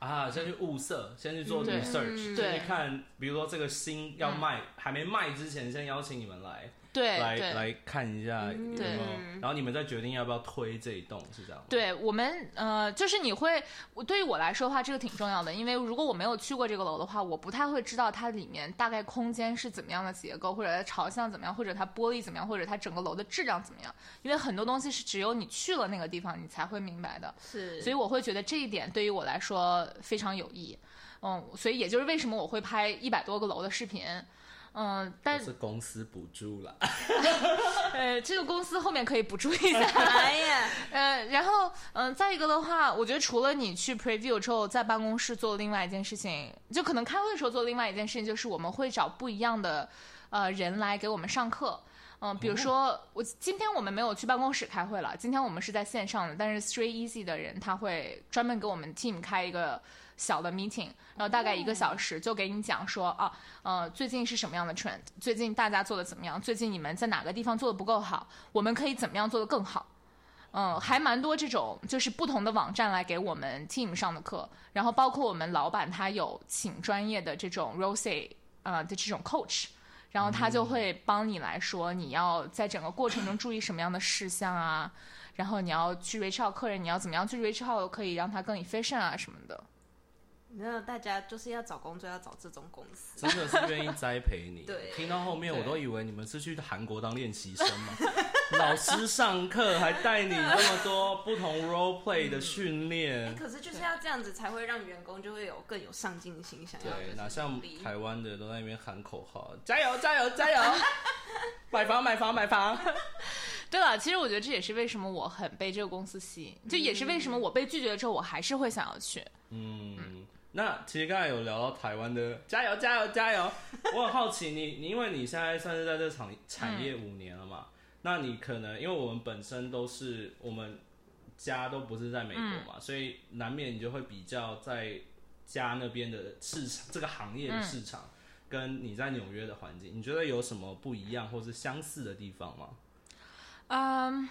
啊，先去物色，先去做
嗯对
research，先
对嗯
去看，比如说这个新要卖还没卖之前，先邀请你们来
对
来
对。
来看一下有没
对
有，然后你们再决定要不要推这一栋，是这样吗？
对我们，呃，就是你会，我对于我来说的话，这个挺重要的，因为如果我没有去过这个楼的话，我不太会知道它里面大概空间是怎么样的结构，或者它朝向怎么样，或者它玻璃怎么样，或者它整个楼的质量怎么样，因为很多东西是只有你去了那个地方，你才会明白的。
是
所以我会觉得这一点对于我来说非常有益。嗯，所以也就是为什么我会拍一百多个楼的视频。嗯， 但
都是公司补助啦，
呃，这个公司后面可以补助一下。
哎呀，
呃，然后嗯、呃再一个的话，我觉得除了你去 preview 之后，在办公室做另外一件事情，就可能开会的时候做另外一件事情，就是我们会找不一样的呃人来给我们上课。嗯、比如说我今天我们没有去办公室开会了，今天我们是在线上的，但是 Street Easy 的人他会专门给我们 team 开一个小的 meeting，然后大概一个小时就给你讲说啊，呃，最近是什么样的 trend，最近大家做的怎么样，最近你们在哪个地方做的不够好，我们可以怎么样做的更好。嗯，还蛮多这种，就是不同的网站来给我们 team 上的课，然后包括我们老板他有请专业的这种 rose 呃的这种 coach，然后他就会帮你来说你要在整个过程中注意什么样的事项啊，然后你要去 reach out 客人，你要怎么样去 reach out 可以让他更 efficient 啊什么的。
没有大家就是要找工作要找这种公司，
真的是愿意栽培你。
对
听到后面
对
我都以为你们是去韩国当练习生嘛， 老师上课还带你那么多不同 role play
嗯
的训 练。
哎可是就是要这样子才会让员工就会有更有上进心，想要
对，哪
就是
像
努力
台湾的都在那边喊口号，加油加油加 油，买房买房买房。
对了，其实我觉得这也是为什么我很被这个公司吸引，就也是为什么我被拒绝了之后，我还是会想要去。
嗯，那其实刚才有聊到台湾的，加油加油加 油！我很好奇你，你因为你现在算是在这产产业五年了嘛，
嗯
那你可能因为我们本身都是我们家都不是在美国
嗯
嘛，所以难免你就会比较在家那边的市场，这个行业的市场。
嗯
跟你在纽约的环境，你觉得有什么不一样或是相似的地方吗？，
嗯，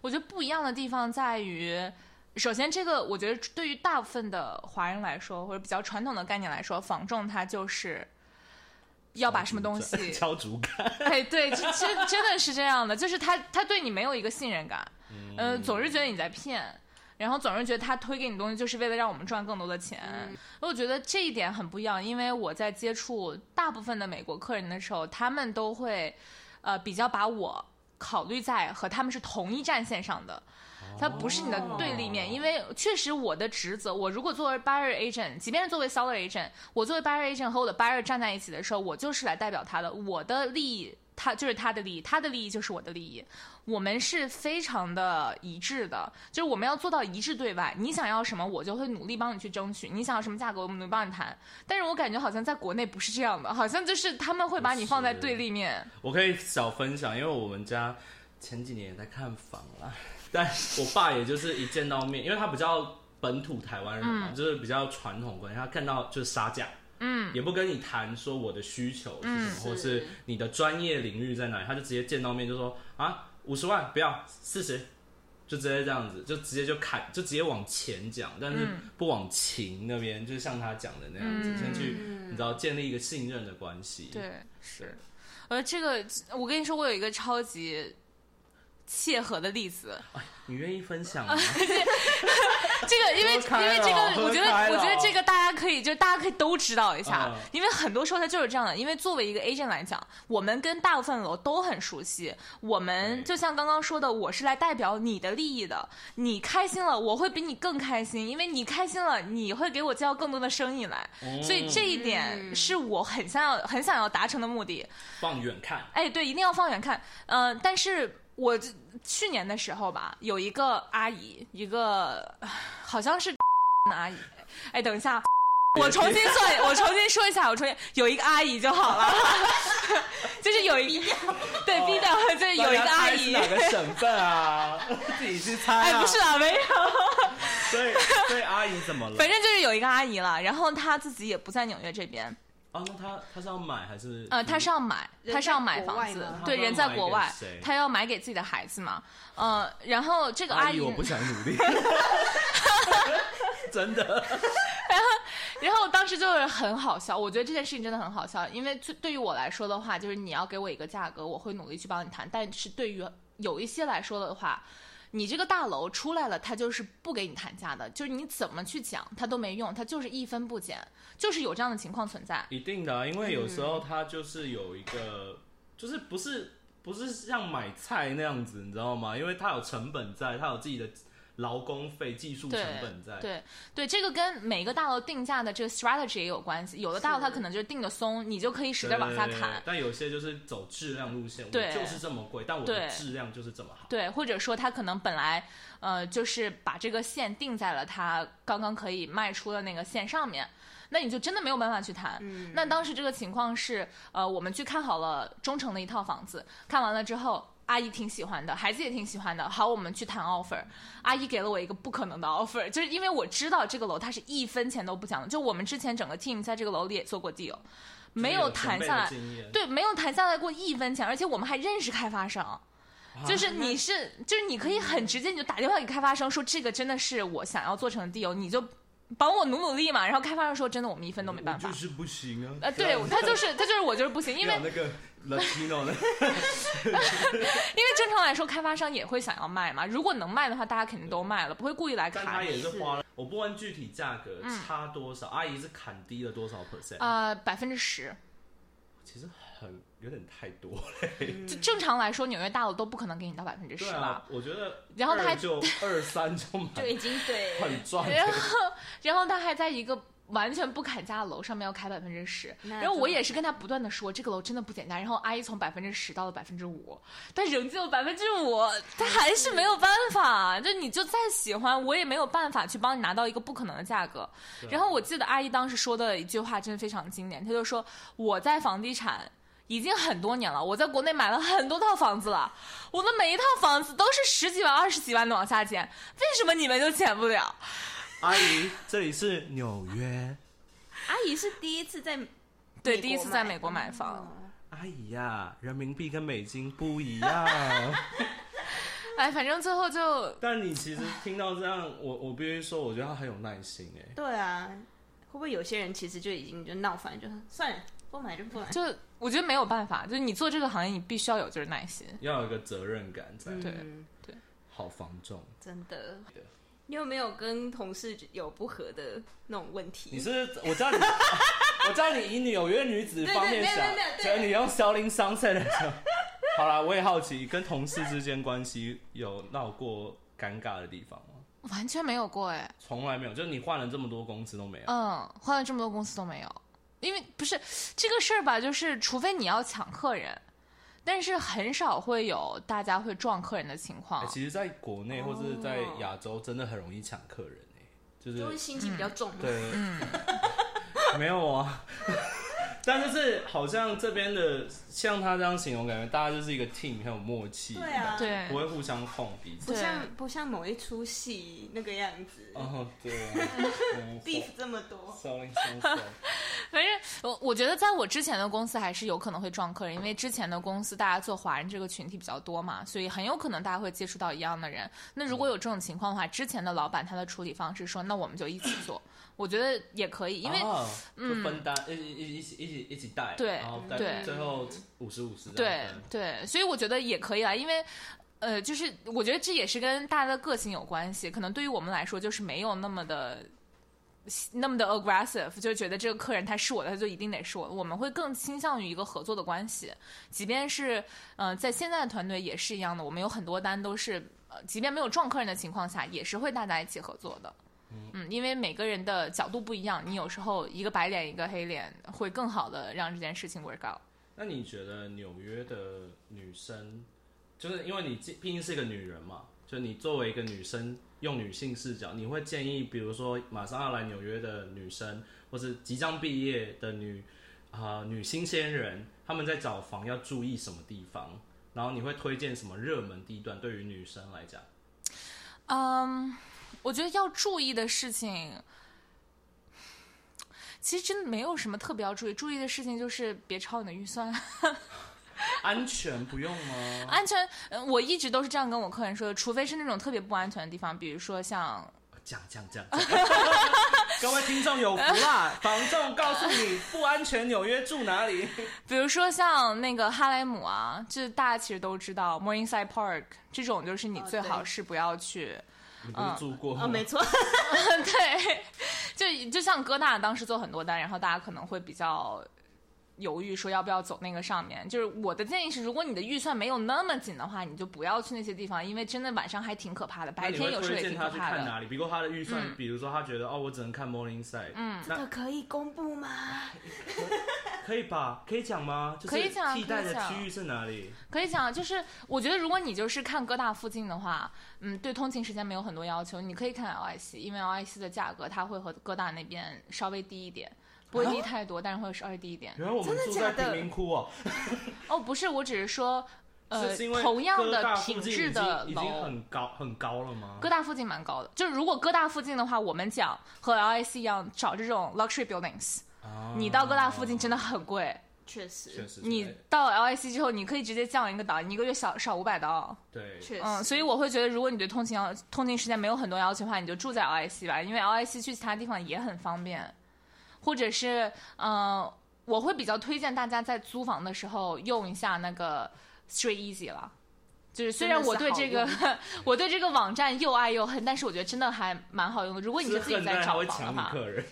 我觉得不一样的地方在于，首先这个我觉得对于大部分的华人来说，或者比较传统的概念来说，房仲它就是要把什么东 西
敲竹竿？
哎，对，这真真的是这样的，就是他他对你没有一个信任感，呃，总是觉得你在骗。然后总是觉得他推给你东西就是为了让我们赚更多的钱，我觉得这一点很不一样，因为我在接触大部分的美国客人的时候，他们都会，呃，比较把我考虑在和他们是同一战线上的，它不是你的对立面，
哦
因为确实我的职责，我如果作为 buyer agent，即便是作为 seller agent，我作为 buyer agent 和我的 buyer 站在一起的时候，我就是来代表他的，我的利益。他就是他的利益，他的利益就是我的利益，我们是非常的一致的，就是我们要做到一致对外。你想要什么，我就会努力帮你去争取；你想要什么价格，我们能帮你谈。但是我感觉好像在国内不是这样的，好像就是他们会把你放在对立面。
我可以小分享，因为我们家前几年也在看房啦， 但我爸也就是一见到面，因为他比较本土台湾人嘛，就是比较传统观念，他看到就是杀价。嗯，也不跟你谈说我的需求是什么，
嗯
或
是
是你的专业领域在哪里，他就直接见到面就说啊，五十万不要，四十，就直接这样子，就直接就砍，就直接往前讲，但是不往情那边，就是像他讲的那样子，先去你
嗯
知道建立一个信任的关系。
对，是。呃，这个我跟你说，我有一个超级切合的例子，
你愿意分享吗？
这个因为
喝开
因为这
了
个，我觉
喝开了
得我觉得这个大家可以就大家可以都知道一下
嗯，
因为很多时候它就是这样的。因为作为一个 agent 来讲，我们跟大部分楼都很熟悉，我们
对
就像刚刚说的，我是来代表你的利益的。你开心了，我会比你更开心，因为你开心了，你会给我介绍更多的生意来。
嗯
所以这一点
嗯
是我很想要很想要达成的目的。
放远看，
哎，对，一定要放远看。呃，但是我这去年的时候吧，有一个阿姨，一个唉好像是的阿姨，哎，等一下。我重新算，我重新说一下，我重新有一个阿姨就好了， 就是有一对逼掉，就是有一个阿姨，
大家猜是哪个省份啊？ 自己去猜、啊。
哎，不是，啊，没有，
所以所以阿姨怎 么了？
反正就是有一个阿姨了，然后她自己也不在纽约这边，
哦，那他他是要买还是？
呃，他是要买，
人
他是要
在
买
国
房
外
子
吗，
对，
他
人
要
在
买
国
给
外
谁，
他要买给自己的孩子嘛，呃，然后这个
阿
阿
姨，
姨，
我不想 努力。真的，
然后当时就是很好笑，我觉得这件事情真的很好笑，因为最对于我来说的话，就是你要给我一个价格，我会努力去帮你谈，但是对于有一些来说的话。你这个大楼出来了，他就是不给你谈价的，就是你怎么去讲，他都没用，他就是一分不减，就是有这样的情况存在。
一定的啊，因为有时候他就是有一个，就是不是不是像买菜那样子，你知道吗？因为他有成本在，他有自己的劳工费、技术成
对
本在。
对对，这个跟每个大楼定价的这个 strategy 也有关系。有的大楼它可能就是定的松，你就可以使
对，
劲往下
对
砍。
但有些就是走质量路线，我
对
就是这么贵，但我的
对
质量就是这么好。
对，或者说它可能本来呃就是把这个线定在了它刚刚可以卖出的那个线上面，那你就真的没有办法去谈。
嗯
那当时这个情况是，呃，我们去看好了中城的一套房子，看完了之后，阿姨挺喜欢的，孩子也挺喜欢的。好，我们去谈 offer，阿姨给了我一个不可能的 offer，就是因为我知道这个楼它是一分钱都不讲的，就我们之前整个 team 在这个楼里也做过 deal，没
有
谈
前辈
下
的
来，
经验，
对，没有谈下来过一分钱，而且我们还认识开发
啊
商。就是你是，就是你可以很直接，你就打电话给开发商说这个真的是我想要做成的 deal，你就帮我努努力嘛。然后开发商说真的，我们一分都没办法。
是不行啊
呃，对他就是他就是我就是不行，因为
那个 Latino 的，
因为正常来说开发商也会想要卖嘛，如果能卖的话，大家肯定都卖了，不会故意来
但
卡
他
你。
也是花了，我不问具体价格差多少，阿姨是砍低了多少 percent，、
呃，百分之十，
其实很有点太多了。
就正常来说，纽约大楼都不可能给你到百分之
嗯对
十吧
啊。，我觉得
然后他还
二就二三就
就
蛮
已经对
很赚的，
然后，然后他还在一个完全不砍价的楼上面要开百分之十，
那
然后
怎
我
么
也是跟他不断的说这个楼真的不简单，然后阿姨从百分之十到了百分之五，但仍旧百分之五，他还是没有办法，就你就再喜欢，我也没有办法去帮你拿到一个不可能的价格。
对
然后我记得阿姨当时说的一句话真的非常经典，她就说我在房地产。已经很多年了，我在国内买了很多套房子了，我的每一套房子都是十几万、二十几万的往下减，为什么你们就减不了？
阿姨，这里是纽约，
阿姨是第一次在
对，
美
第一
国
次在
买
美国买房，
哦
阿姨呀、人民币跟美金不一样。
哎，反正最后就
但你其实听到这样，我我必须说，我觉得他很有耐心哎、
对啊，会不会有些人其实就已经就闹翻，就算了，不买就不 买。
就我觉得没有办法，就是你做这个行业，你必须要有就是耐心。
要有一个责任感在，
嗯
对
好防重。
真的
对。
你有没有跟同事有不和的那种问题？
你是我 知道你，我知道你以纽约女子方面
对
想
对没有没有没有，对
所以你用 Selling Sunset 来讲。 好啦，我也好奇，跟同事之间关系有闹过尴尬的地方吗？
完全没有过哎，
从来没有，就是你换了这么多公司都没有。
哦
嗯，换了这么多公司都没有，因为不是这个事儿吧，就是除非你要抢客人，但是很少会有大家会撞客人的情
哎
况。
其实，在国内或者在亚洲，真的很容易抢客人哎、就
哦就
是
是心情比较重嘛。
对，没有啊。但就是好像这边的像他这样形容，感觉大家就是一个 team，很有默契，
对啊，，
对
不，会互相碰彼此。
不像不像某一出戏那个样子
哦，对 啊嗯
，beef 这么多，
，sorry sorry sorry，
反正我我觉得在我之前的公司还是有可能会撞客人，因为之前的公司大家做华人这个群体比较多嘛，所以很有可能大家会接触到一样的人。那
嗯
如果有这种情况的话，之前的老板他的处理方式说，那我们就一起做，我觉得也可 以，因为、嗯
啊就分担，一一一起一起一起带，
对
然后带
对
最后五十五十，
对对，所以我觉得也可以啊啦，因为。呃，就是我觉得这也是跟大家的个性有关系，可能对于我们来说就是没有那么的那么的 aggressive，就觉得这个客人他是我的，他就一定得是我的，我们会更倾向于一个合作的关系，即便是嗯、呃在现在的团队也是一样的，我们有很多单都是呃，即便没有撞客人的情况下，也是会大家一起合作的。嗯，因为每个人的角度不一样，你有时候一个白脸一个黑脸，会更好的让这件事情 work out。
那你觉得纽约的女生，就是因为你既毕竟是一个女人嘛，就你作为一个女生，用女性视角，你会建议，比如说马上要来纽约的女生，或是即将毕业的女啊、女新鲜人，她们在找房要注意什么地方？然后你会推荐什么热门地段？对于女生来讲，
嗯，我觉得要注意的事情，其实真的没有什么特别要注意。注意的事情就是别超你的预算，
安全不用吗？
安全。呃我一直都是这样跟我客人说的，除非是那种特别不安全的地方，比如说像
讲讲讲，讲 各位听众有福啦！房仲告诉你不安全，纽约住哪里？
比如说像那个哈莱姆啊，就是大家其实都知道 Morningside Park 这种，就是你
哦
最好
对
是不要去。
你不是住过吗？
哦，没错，
对，就就像哥大当时做很多单，然后大家可能会比较犹豫，说要不要走那个上面。就是我的建议是，如果你的预算没有那么紧的话，你就不要去那些地方，因为真的晚上还挺可怕的，
那
白
你
天
会
有时候
推
也
荐
挺
他
可
去
怕
看
的。嗯
哪里？比如他的预算，比如说他觉得哦，我只能看 Morningside，嗯，
这
那
个可以公布吗？
可以吧？可以讲吗？就是
哎可以讲
替代的
可以讲
区域是哪里？
可以讲，就是我觉得如果你就是看哥大附近的话，嗯，对通勤时间没有很多要求，你可以看 LIC，因为 LIC 的价格它会和哥大那边稍微低一点。不会
啊
低太多，但是会稍微低一点。
原来我们
真的
住
假
在
的
贫民窟哦，
哦，不是，我只是说，呃，
是因为
同样
哥大
的
附
品
近
质
已
的
经已经
楼，
很高很高了吗？
哥大附近蛮高的，就是如果哥大附近的话，我们讲和 LIC 一样找这种 luxury buildings，、
啊
你到哥大附近真的很贵。
确
确
实，
实，
你到 LIC 之后，你可以直接降一个档，你一个月少少五百刀。
对
确实，
嗯，所以我会觉得，如果你对通勤要通勤时间没有很多要求的话，你就住在 LIC 吧，因为 LIC 去其他地方也很方便，或者是嗯、呃我会比较推荐大家在租房的时候用一下那个 Street Easy 了。就是虽然我对这个
真的
我对这个网站又爱又恨，但是我觉得真的还蛮好用的。如果你
是
自己
恨
在
他
找
会
房的啊
抢你
话，
客 人，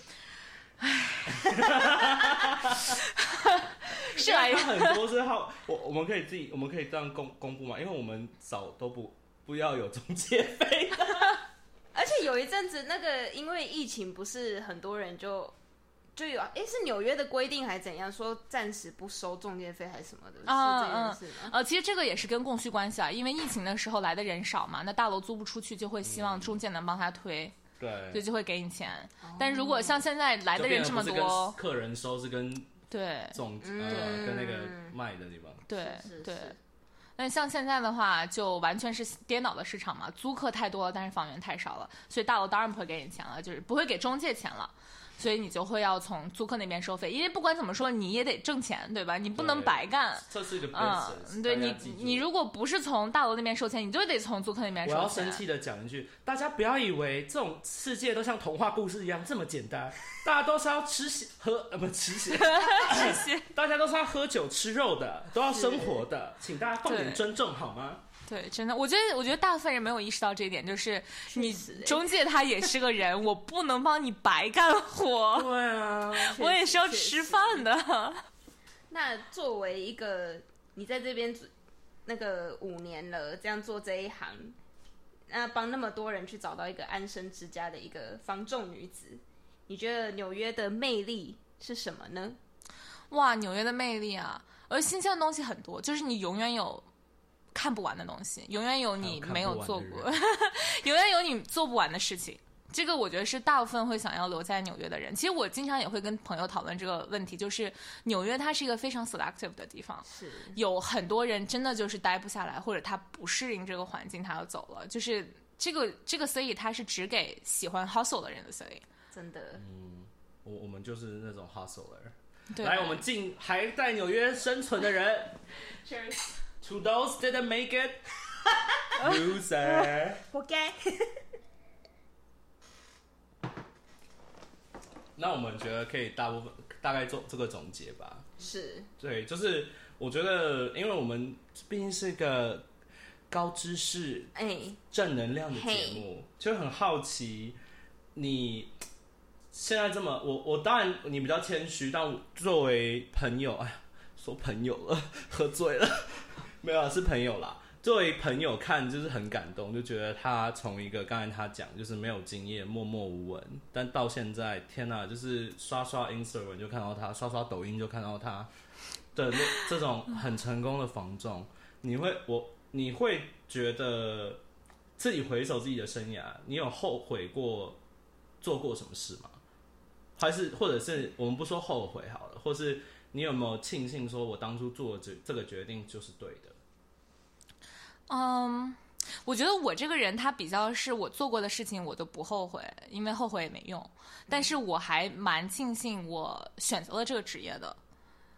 是啊
因为，他很多是好， 我我们可以自己，我们可以这样公公布嘛？因为我们找都不不要有中介费，
而且有一阵子那个因为疫情，不是很多人就。就有哎，是纽约的规定还是怎样？说暂时不收中介费还是什么的？
嗯
是这件事吗？
呃，其实这个也是跟供需关系啊，因为疫情的时候来的人少嘛，那大楼租不出去，就会希望中介能帮他推，
嗯对
所以就会给你钱。嗯但如果
哦
像现在来
就
的
变
人
成
这么
不是跟
多，
客人收是跟
对
总呃
嗯
跟那个卖的地方。
对
是是
对
是。
那像现在的话，就完全是颠倒的市场嘛，租客太多了，但是房源太少了，所以大楼当然不会给你钱了，就是不会给中介钱了。所以你就会要从租客那边收费，因为不管怎么说，你也得挣钱，对吧？你不能
对
白干。
这是一个 business，、
嗯，对
大家
你
记，住
你如果不是从大楼那边收钱，你就得从租客那边
我
收钱。
要生气的讲一句，大家不要以为这种世界都像童话故事一样这么简单，大家都是要吃血喝呃不吃 血，
这些
大家都是要喝酒吃肉的，都要生活的，请大家放点
对
尊重好吗？
对，真的，我觉得，我觉得大部分人没有意识到这一点，就是你
确实
中介他也是个人，我不能帮你白干活，
对啊，
我也是要
确实
吃饭的。
那作为一个你在这边做那个五年了，这样做这一行，那帮那么多人去找到一个安身之家的一个房仲女子，你觉得纽约的魅力是什么呢？
哇，纽约的魅力啊，而新鲜的东西很多，就是你永远有 看不完的东西，永远有你没有做过，永远有你做不完的事情。这个我觉得是大部分会想要留在纽约的人。其实我经常也会跟朋友讨论这个问题，就是纽约它是一个非常 selective 的地方，
是
有很多人真的就是待不下来，或者他不适应这个环境，他要走了。就是这个这个 city 它是只给喜欢 hustle 的人 E 的 city。
真的，
我我们就是那种 hustler。
对，
来，我们敬还在纽约生存的人 ，To those didn't make it, loser。
活该。
那我们觉得可以大部分大概做这个总结吧。
是
对，就是我觉得，因为我们毕竟是个高知识、
哎，
正能量的节目，就很好奇你现在这么我我当然你比较谦虚，但我作为朋友，哎呀，说朋友了，喝醉了， 没有啊是朋友啦。作为朋友看，就是很感动，就觉得他从一个刚才他讲就是没有经验、默默无闻，但到现在，天哪，就是刷刷 Instagram 就看到他，刷刷抖音就看到他的那这种很成功的防重，你会我你会觉得自己回首自己的生涯，你有后悔过做过什么事吗？还是或者是我们不说后悔好了，或是你有没有庆幸说我当初做的这这个决定就是对的？
嗯，我觉得我这个人他比较是我做过的事情我都不后悔，因为后悔也没用。但是我还蛮庆幸我选择了这个职业的，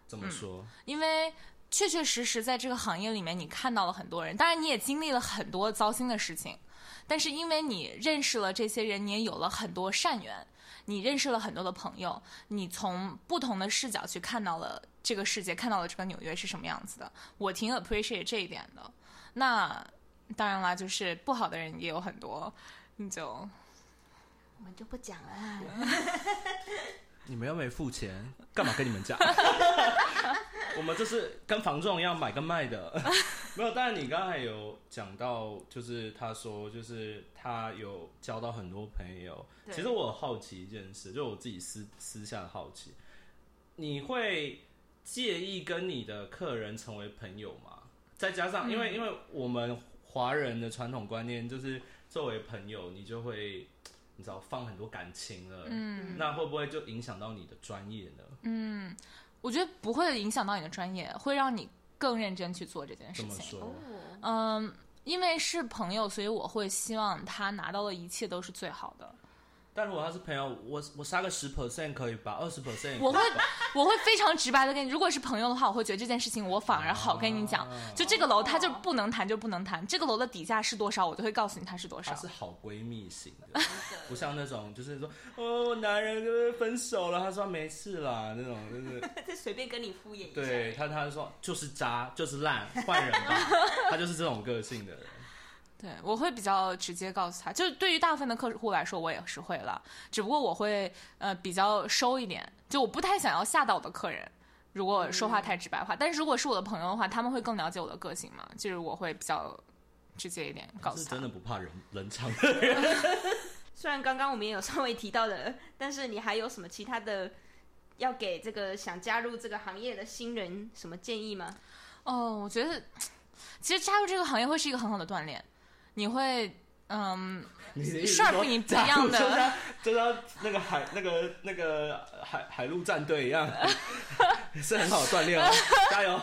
怎么说？
因为确确实实在这个行业里面，你看到了很多人，当然你也经历了很多糟心的事情，但是因为你认识了这些人，你也有了很多善缘，你认识了很多的朋友，你从不同的视角去看到了这个世界，看到了这个纽约是什么样子的，我挺 appreciate 这一点的。那当然啦，就是不好的人也有很多，你就
我们就不讲了。
你们又没付钱，干嘛跟你们 讲？我们就是跟房仲一样买跟卖的， 没有。但是你刚才有讲到，就是他说，就是他有交到很多朋友。
对
其实我有好奇一件事，就我自己私私下的好奇，你会介意跟你的客人成为朋友吗？再加
嗯
上，因为、因为我们华人的传统观念就是，作为朋友，你就会你知道放很多感情了，
嗯，
那会不会就影响到你的专业 呢？
我觉得不会影响到你的专业，会让你更认真去做这件事
这么
情。
说，
哦，
嗯，因为是朋友，所以我会希望他拿到的一切都是最好的。
但如果他是朋友，我我杀个十 percent 可以吧，二十 percent
我会我会非常直白的跟你，如果是朋友的话，我会觉得这件事情我反而好跟你讲。
哦
就这个楼，他就不能谈就不能谈，这个楼的底价是多少，我就会告诉你它是多
她
少。
是好闺蜜型 的，不像那种就是说哦男人就是分手了，他说没事啦那种，就是
这随便跟你敷衍一下。
对他他说就是渣就是烂换人吧，他就是这种个性的人。
对，我会比较直接告诉他，就是对于大部分的客户来说，我也是会了，只不过我会呃比较收一点，就我不太想要吓到我的客人。如果说话太直白的话，但是如果是我的朋友的话，他们会更了解我的个性嘛，就是我会比较直接一点告
是
诉他
真
们。
的不怕人人场，
虽然刚刚我们也有稍微提到的，但是你还有什么其他的要给这个想加入这个行业的新人什么建议吗？
哦，我觉得其实加入这个行业会是一个很好的锻炼，你会嗯
你的意思是说
sharp 你不一样
就
的，
像就像那个海那个那个海海陆战队一样， 是很好锻炼哦，加 油！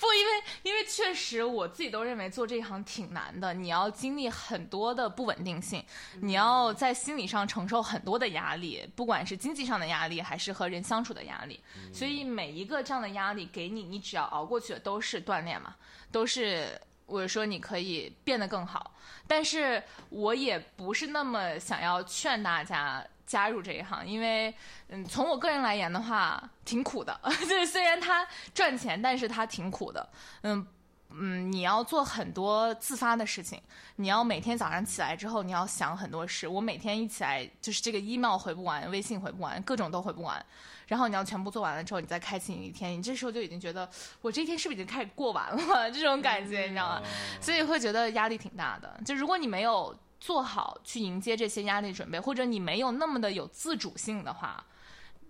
不因为因为确实我自己都认为做这一行挺难的，你要经历很多的不稳定性，你要在心理上承受很多的压力，不管是经济上的压力还是和人相处的压力，所以每一个这样的压力给你，你只要熬过去的都是锻炼嘛，都是我说你可以变得更好。但是我也不是那么想要劝大家加入这一行，因为嗯，从我个人来言的话，挺苦的。 就是虽然他赚钱，但是他挺苦的。嗯嗯，你要做很多自发的事情，你要每天早上起来之后，你要想很多事。我每天一起来，就是这个 email 回不完，微信回不完，各种都回不完。然后你要全部做完了之后，你再开启你一天，你这时候就已经觉得我这一天是不是已经开始过完了？ 这种感觉，你知道
哦
吗？所以会觉得压力挺大的。就如果你没有做好去迎接这些压力准备，或者你没有那么的有自主性的话，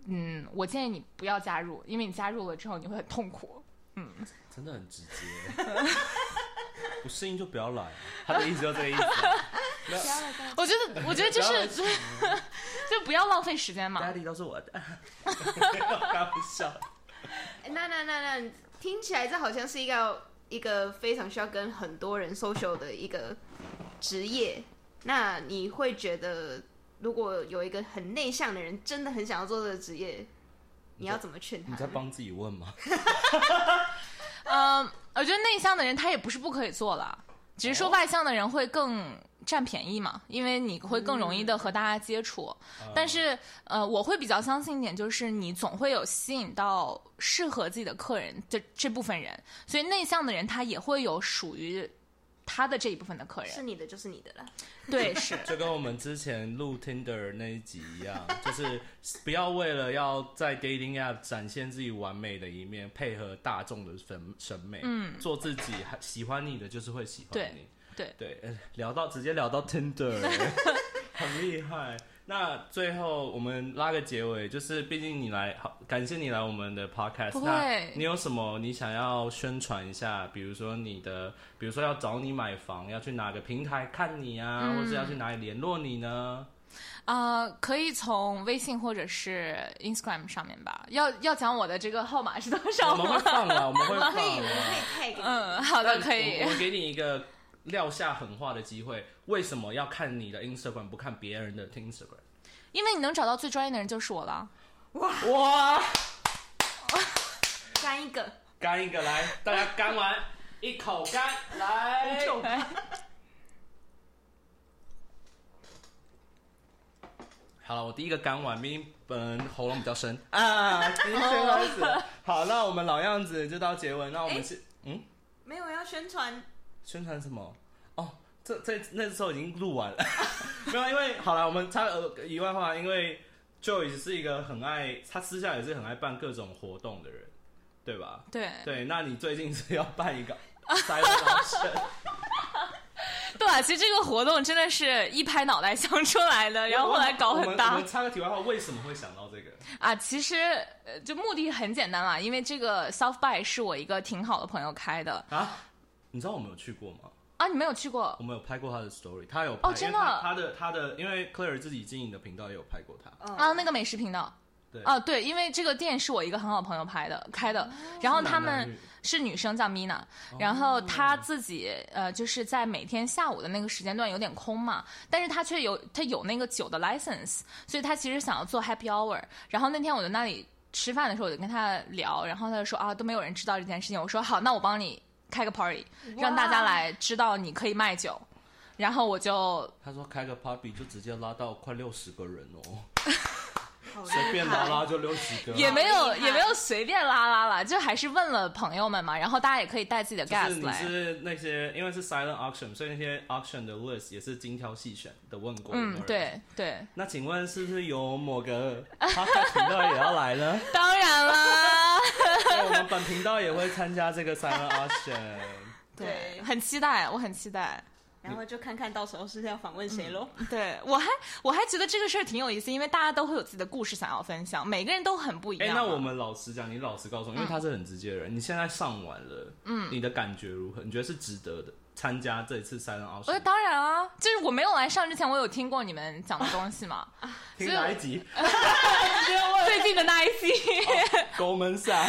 嗯，我建议你不要加入，因为你加入了之后你会很痛苦。
真 啊的很直接，不适应就不要来。他的意思就这个意思。
不要了，不要了
我觉得，我觉得就是 就不要浪费时间嘛。
，Daddy 都是我的，开玩笑。
哎那那那那，听起来这好像是一个一个非常需要跟很多人 social 的一个职业。那你会觉得，如果有一个很内向的人，真的很想要做这个职业，你要怎么劝
你
他
在？帮自己问 吗？
嗯，我觉得内向的人他也不是不可以做啦，只是说
哦
外向的人会更占便宜嘛，因为你会更容易的和大家接触。但是呃，我会比较相信一点，就是你总会有吸引到适合自己的客人这这部分人，所以内向的人他也会有属于他的这一部分的客
是
人。
你的就是你的啦。
对，是。
就跟我们之前录 Tinder 那一集一 样，就是不要为了要在 dating app 展现自己完美的一面，配合大众的审审美，嗯，做自己，还喜欢你的就是会喜欢你，
对
对，呃聊到直接聊到 Tinder，很厉害。那最后我们拉个结尾，就是毕竟你来，好感谢你来我们的 podcast，
不会
那你有什么你想要宣传一下？比如说你的，比如说要找你买房，要去哪个平台看你啊，或是要
嗯
去哪里联络你呢？
呃，可以从微信或者是 Instagram 上面吧。要要讲我的这个号码是多
我
少
们会
吗？
放了，我们会
我
放
可以，我
了。
可以 tag 你。
哦嗯，好的，
但
可以
我。我给你一个撂下狠话的机会，为什么要看你的 Instagram 不看别人的 Instagram？
因为你能找到最专业的人就是我了。
哇！
干一个，
干一个来，大家干完一口干
哎
来。好了，我第一个干完，明明本人喉咙比较深 啊，明天开始。好，那我们老样子就到结尾，那我们
哎
是、嗯
没有要宣传，
宣传什么？哦，这这那时候已经录完了， 没有，因为好了，我们呃插个一万话，因为 Joyce 是一个很爱，他私下也是很爱办各种活动的人，对吧？
对
对，那你最近是要办一个 silent auction？
对啊，其实这个活动真的是一拍脑袋想出来的， 然后后来搞
我
很
们我
大
们插个题外话，为什么会想到这个？
啊。其实呃，就目的很简单啦，啊因为这个 South by 是我一个挺好的朋友开的
啊？你知道我们有去过吗？
啊，你没有去过
我们有拍过他的 story，他有拍，
哦真
因为他
的
他的他的，因为 Claire 自己经营的频道也有拍过他。
哦
啊？那个美食频道。
对
啊，对，因为这个店是我一个很好朋友拍的开的，然后他们是哦女生叫 Mina，然
哦
后她自己呃就是在每天下午的那个时间段有点空嘛，但是她却有她有那个酒的 license，所以她其实想要做 happy hour。然后那天我在那里吃饭的时候，我就跟她聊，然后她就说啊都没有人知道这件事情，我说好，那我帮你开个 party，让大家来知道你可以卖酒。然后我就
他说开个 party 就直接拉到快六十个人哦，
好厉害
随便拉拉就六十个。
也没有
厉害
也没有随便拉拉啦，就还是问了朋友们嘛，然后大家也可以带自己的
就是
gas
你
来。
是那些，因为是 silent auction，所以那些 auction 的 list 也是精挑细选的问过。
嗯，。对对，
那请问是不是有某个 podcast 频道也要来呢？
当然 啦，
对我们本频道也会参加这个 silent auction。
对
很期待，我很期待。
然后就看看到时候是要访问谁喽。
对我还我还觉得这个事儿挺有意思，因为大家都会有自己的故事想要分享，每个人都很不一
哎、
样啊嗯嘛。
那我们老实讲，你老实告诉我，因为他是很直接的人，你现在上完了，嗯，你的感觉如何？你觉得是值得的参加这一次 silent
呃，
auction？
当然啊，就是我没有来上之前，我有听过你们讲的东西 嘛，
听
所以我
哪一集？
最近的那一期。
狗门散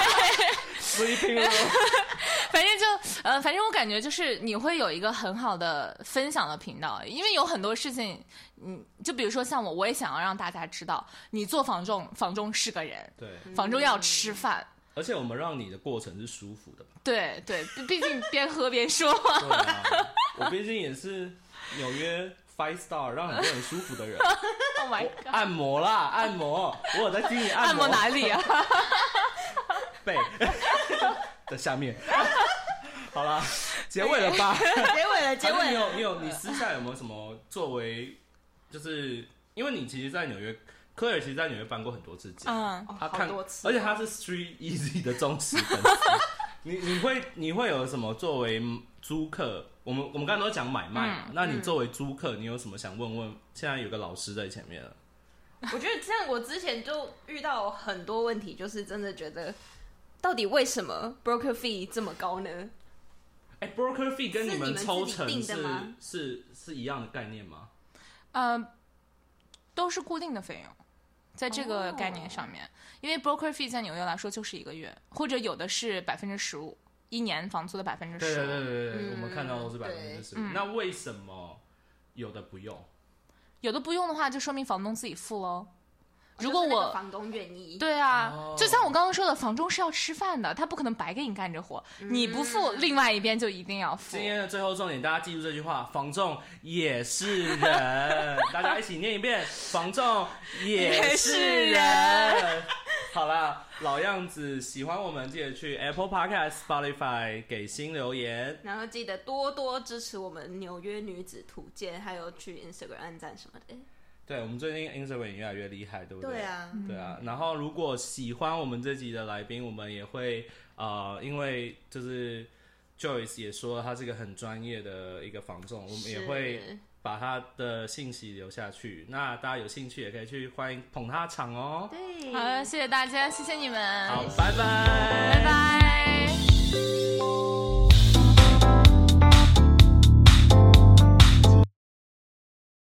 ，sleeping room。
反正就呃，反正我感觉就是你会有一个很好的分享的频道，因为有很多事情，嗯，就比如说像我，我也想要让大家知道，你做房仲，房仲是个人，
对，
房仲要吃饭，
而且我们让你的过程是舒服的吧。
对对，毕毕竟边喝边说嘛。
对啊，我毕竟也是纽约 five star 让很多人舒服的人。
Oh my god，
按摩啦，按摩，我有在经营
按摩
摩
哪里啊？
背的下面。好啦，结尾了 吧？哎
结尾了，
还
结
是
尾
啊你
了。
有你有你私下有没有什么作为，就是因为你其实，在纽约，科尔其实，在纽约办过很多次节目，
嗯，
哦
他
好
看，
多次哦，
而且他是 Street Easy 的忠实 粉丝。你你会你会有什么作为租客？我们我们刚才都讲买卖
嗯
嘛，那你作为租客，你有什么想问问？现在有个老师在前面了，
我觉得这样，我之前就遇到很多问题，就是真的觉得，到底为什么 broker fee 这么高呢？
哎、b r o k e r fee 跟
是你
们
们自己
抽成
定
是
的吗
是是一样的概念吗？
呃，都是固定的费用，在这个
哦
概念上面，因为 broker fee 在纽约来说就是一个月，或者有的是百分之十五，一年房租的百分之
对
十
对对
五，
对对，
嗯
我们看到都是百分
对
之十。那为什么有的不用？
有的不用的话，就说明房东自己付喽。如果
哦就是那个
我
房东愿意，
对啊，
哦
就像我刚刚说的，房东是要吃饭的，他不可能白给你干这活。
嗯
你不付，另外一边就一定要付
今。天的最后重点，大家记住这句话：房仲也是人。大家一起念一遍：房仲也是
也是
人。好啦，老样子，喜欢我们记得去 Apple Podcast、Spotify 给新留言。
然后记得多多支持我们纽约女子图鉴，还有去 Instagram 按赞什么的。
对我们最近 Instagram 也越来越厉害，对不
对啊，
对啊，然后如果喜欢我们这集的来宾，我们也会呃，因为就是 Joyce 也说他是一个很专业的一个房仲，我们也
是
会把他的信息留下去。那大家有兴趣也可以去欢迎捧他场哦。
对，
啊好，谢谢大家，谢谢你们，
好，拜拜，
拜拜。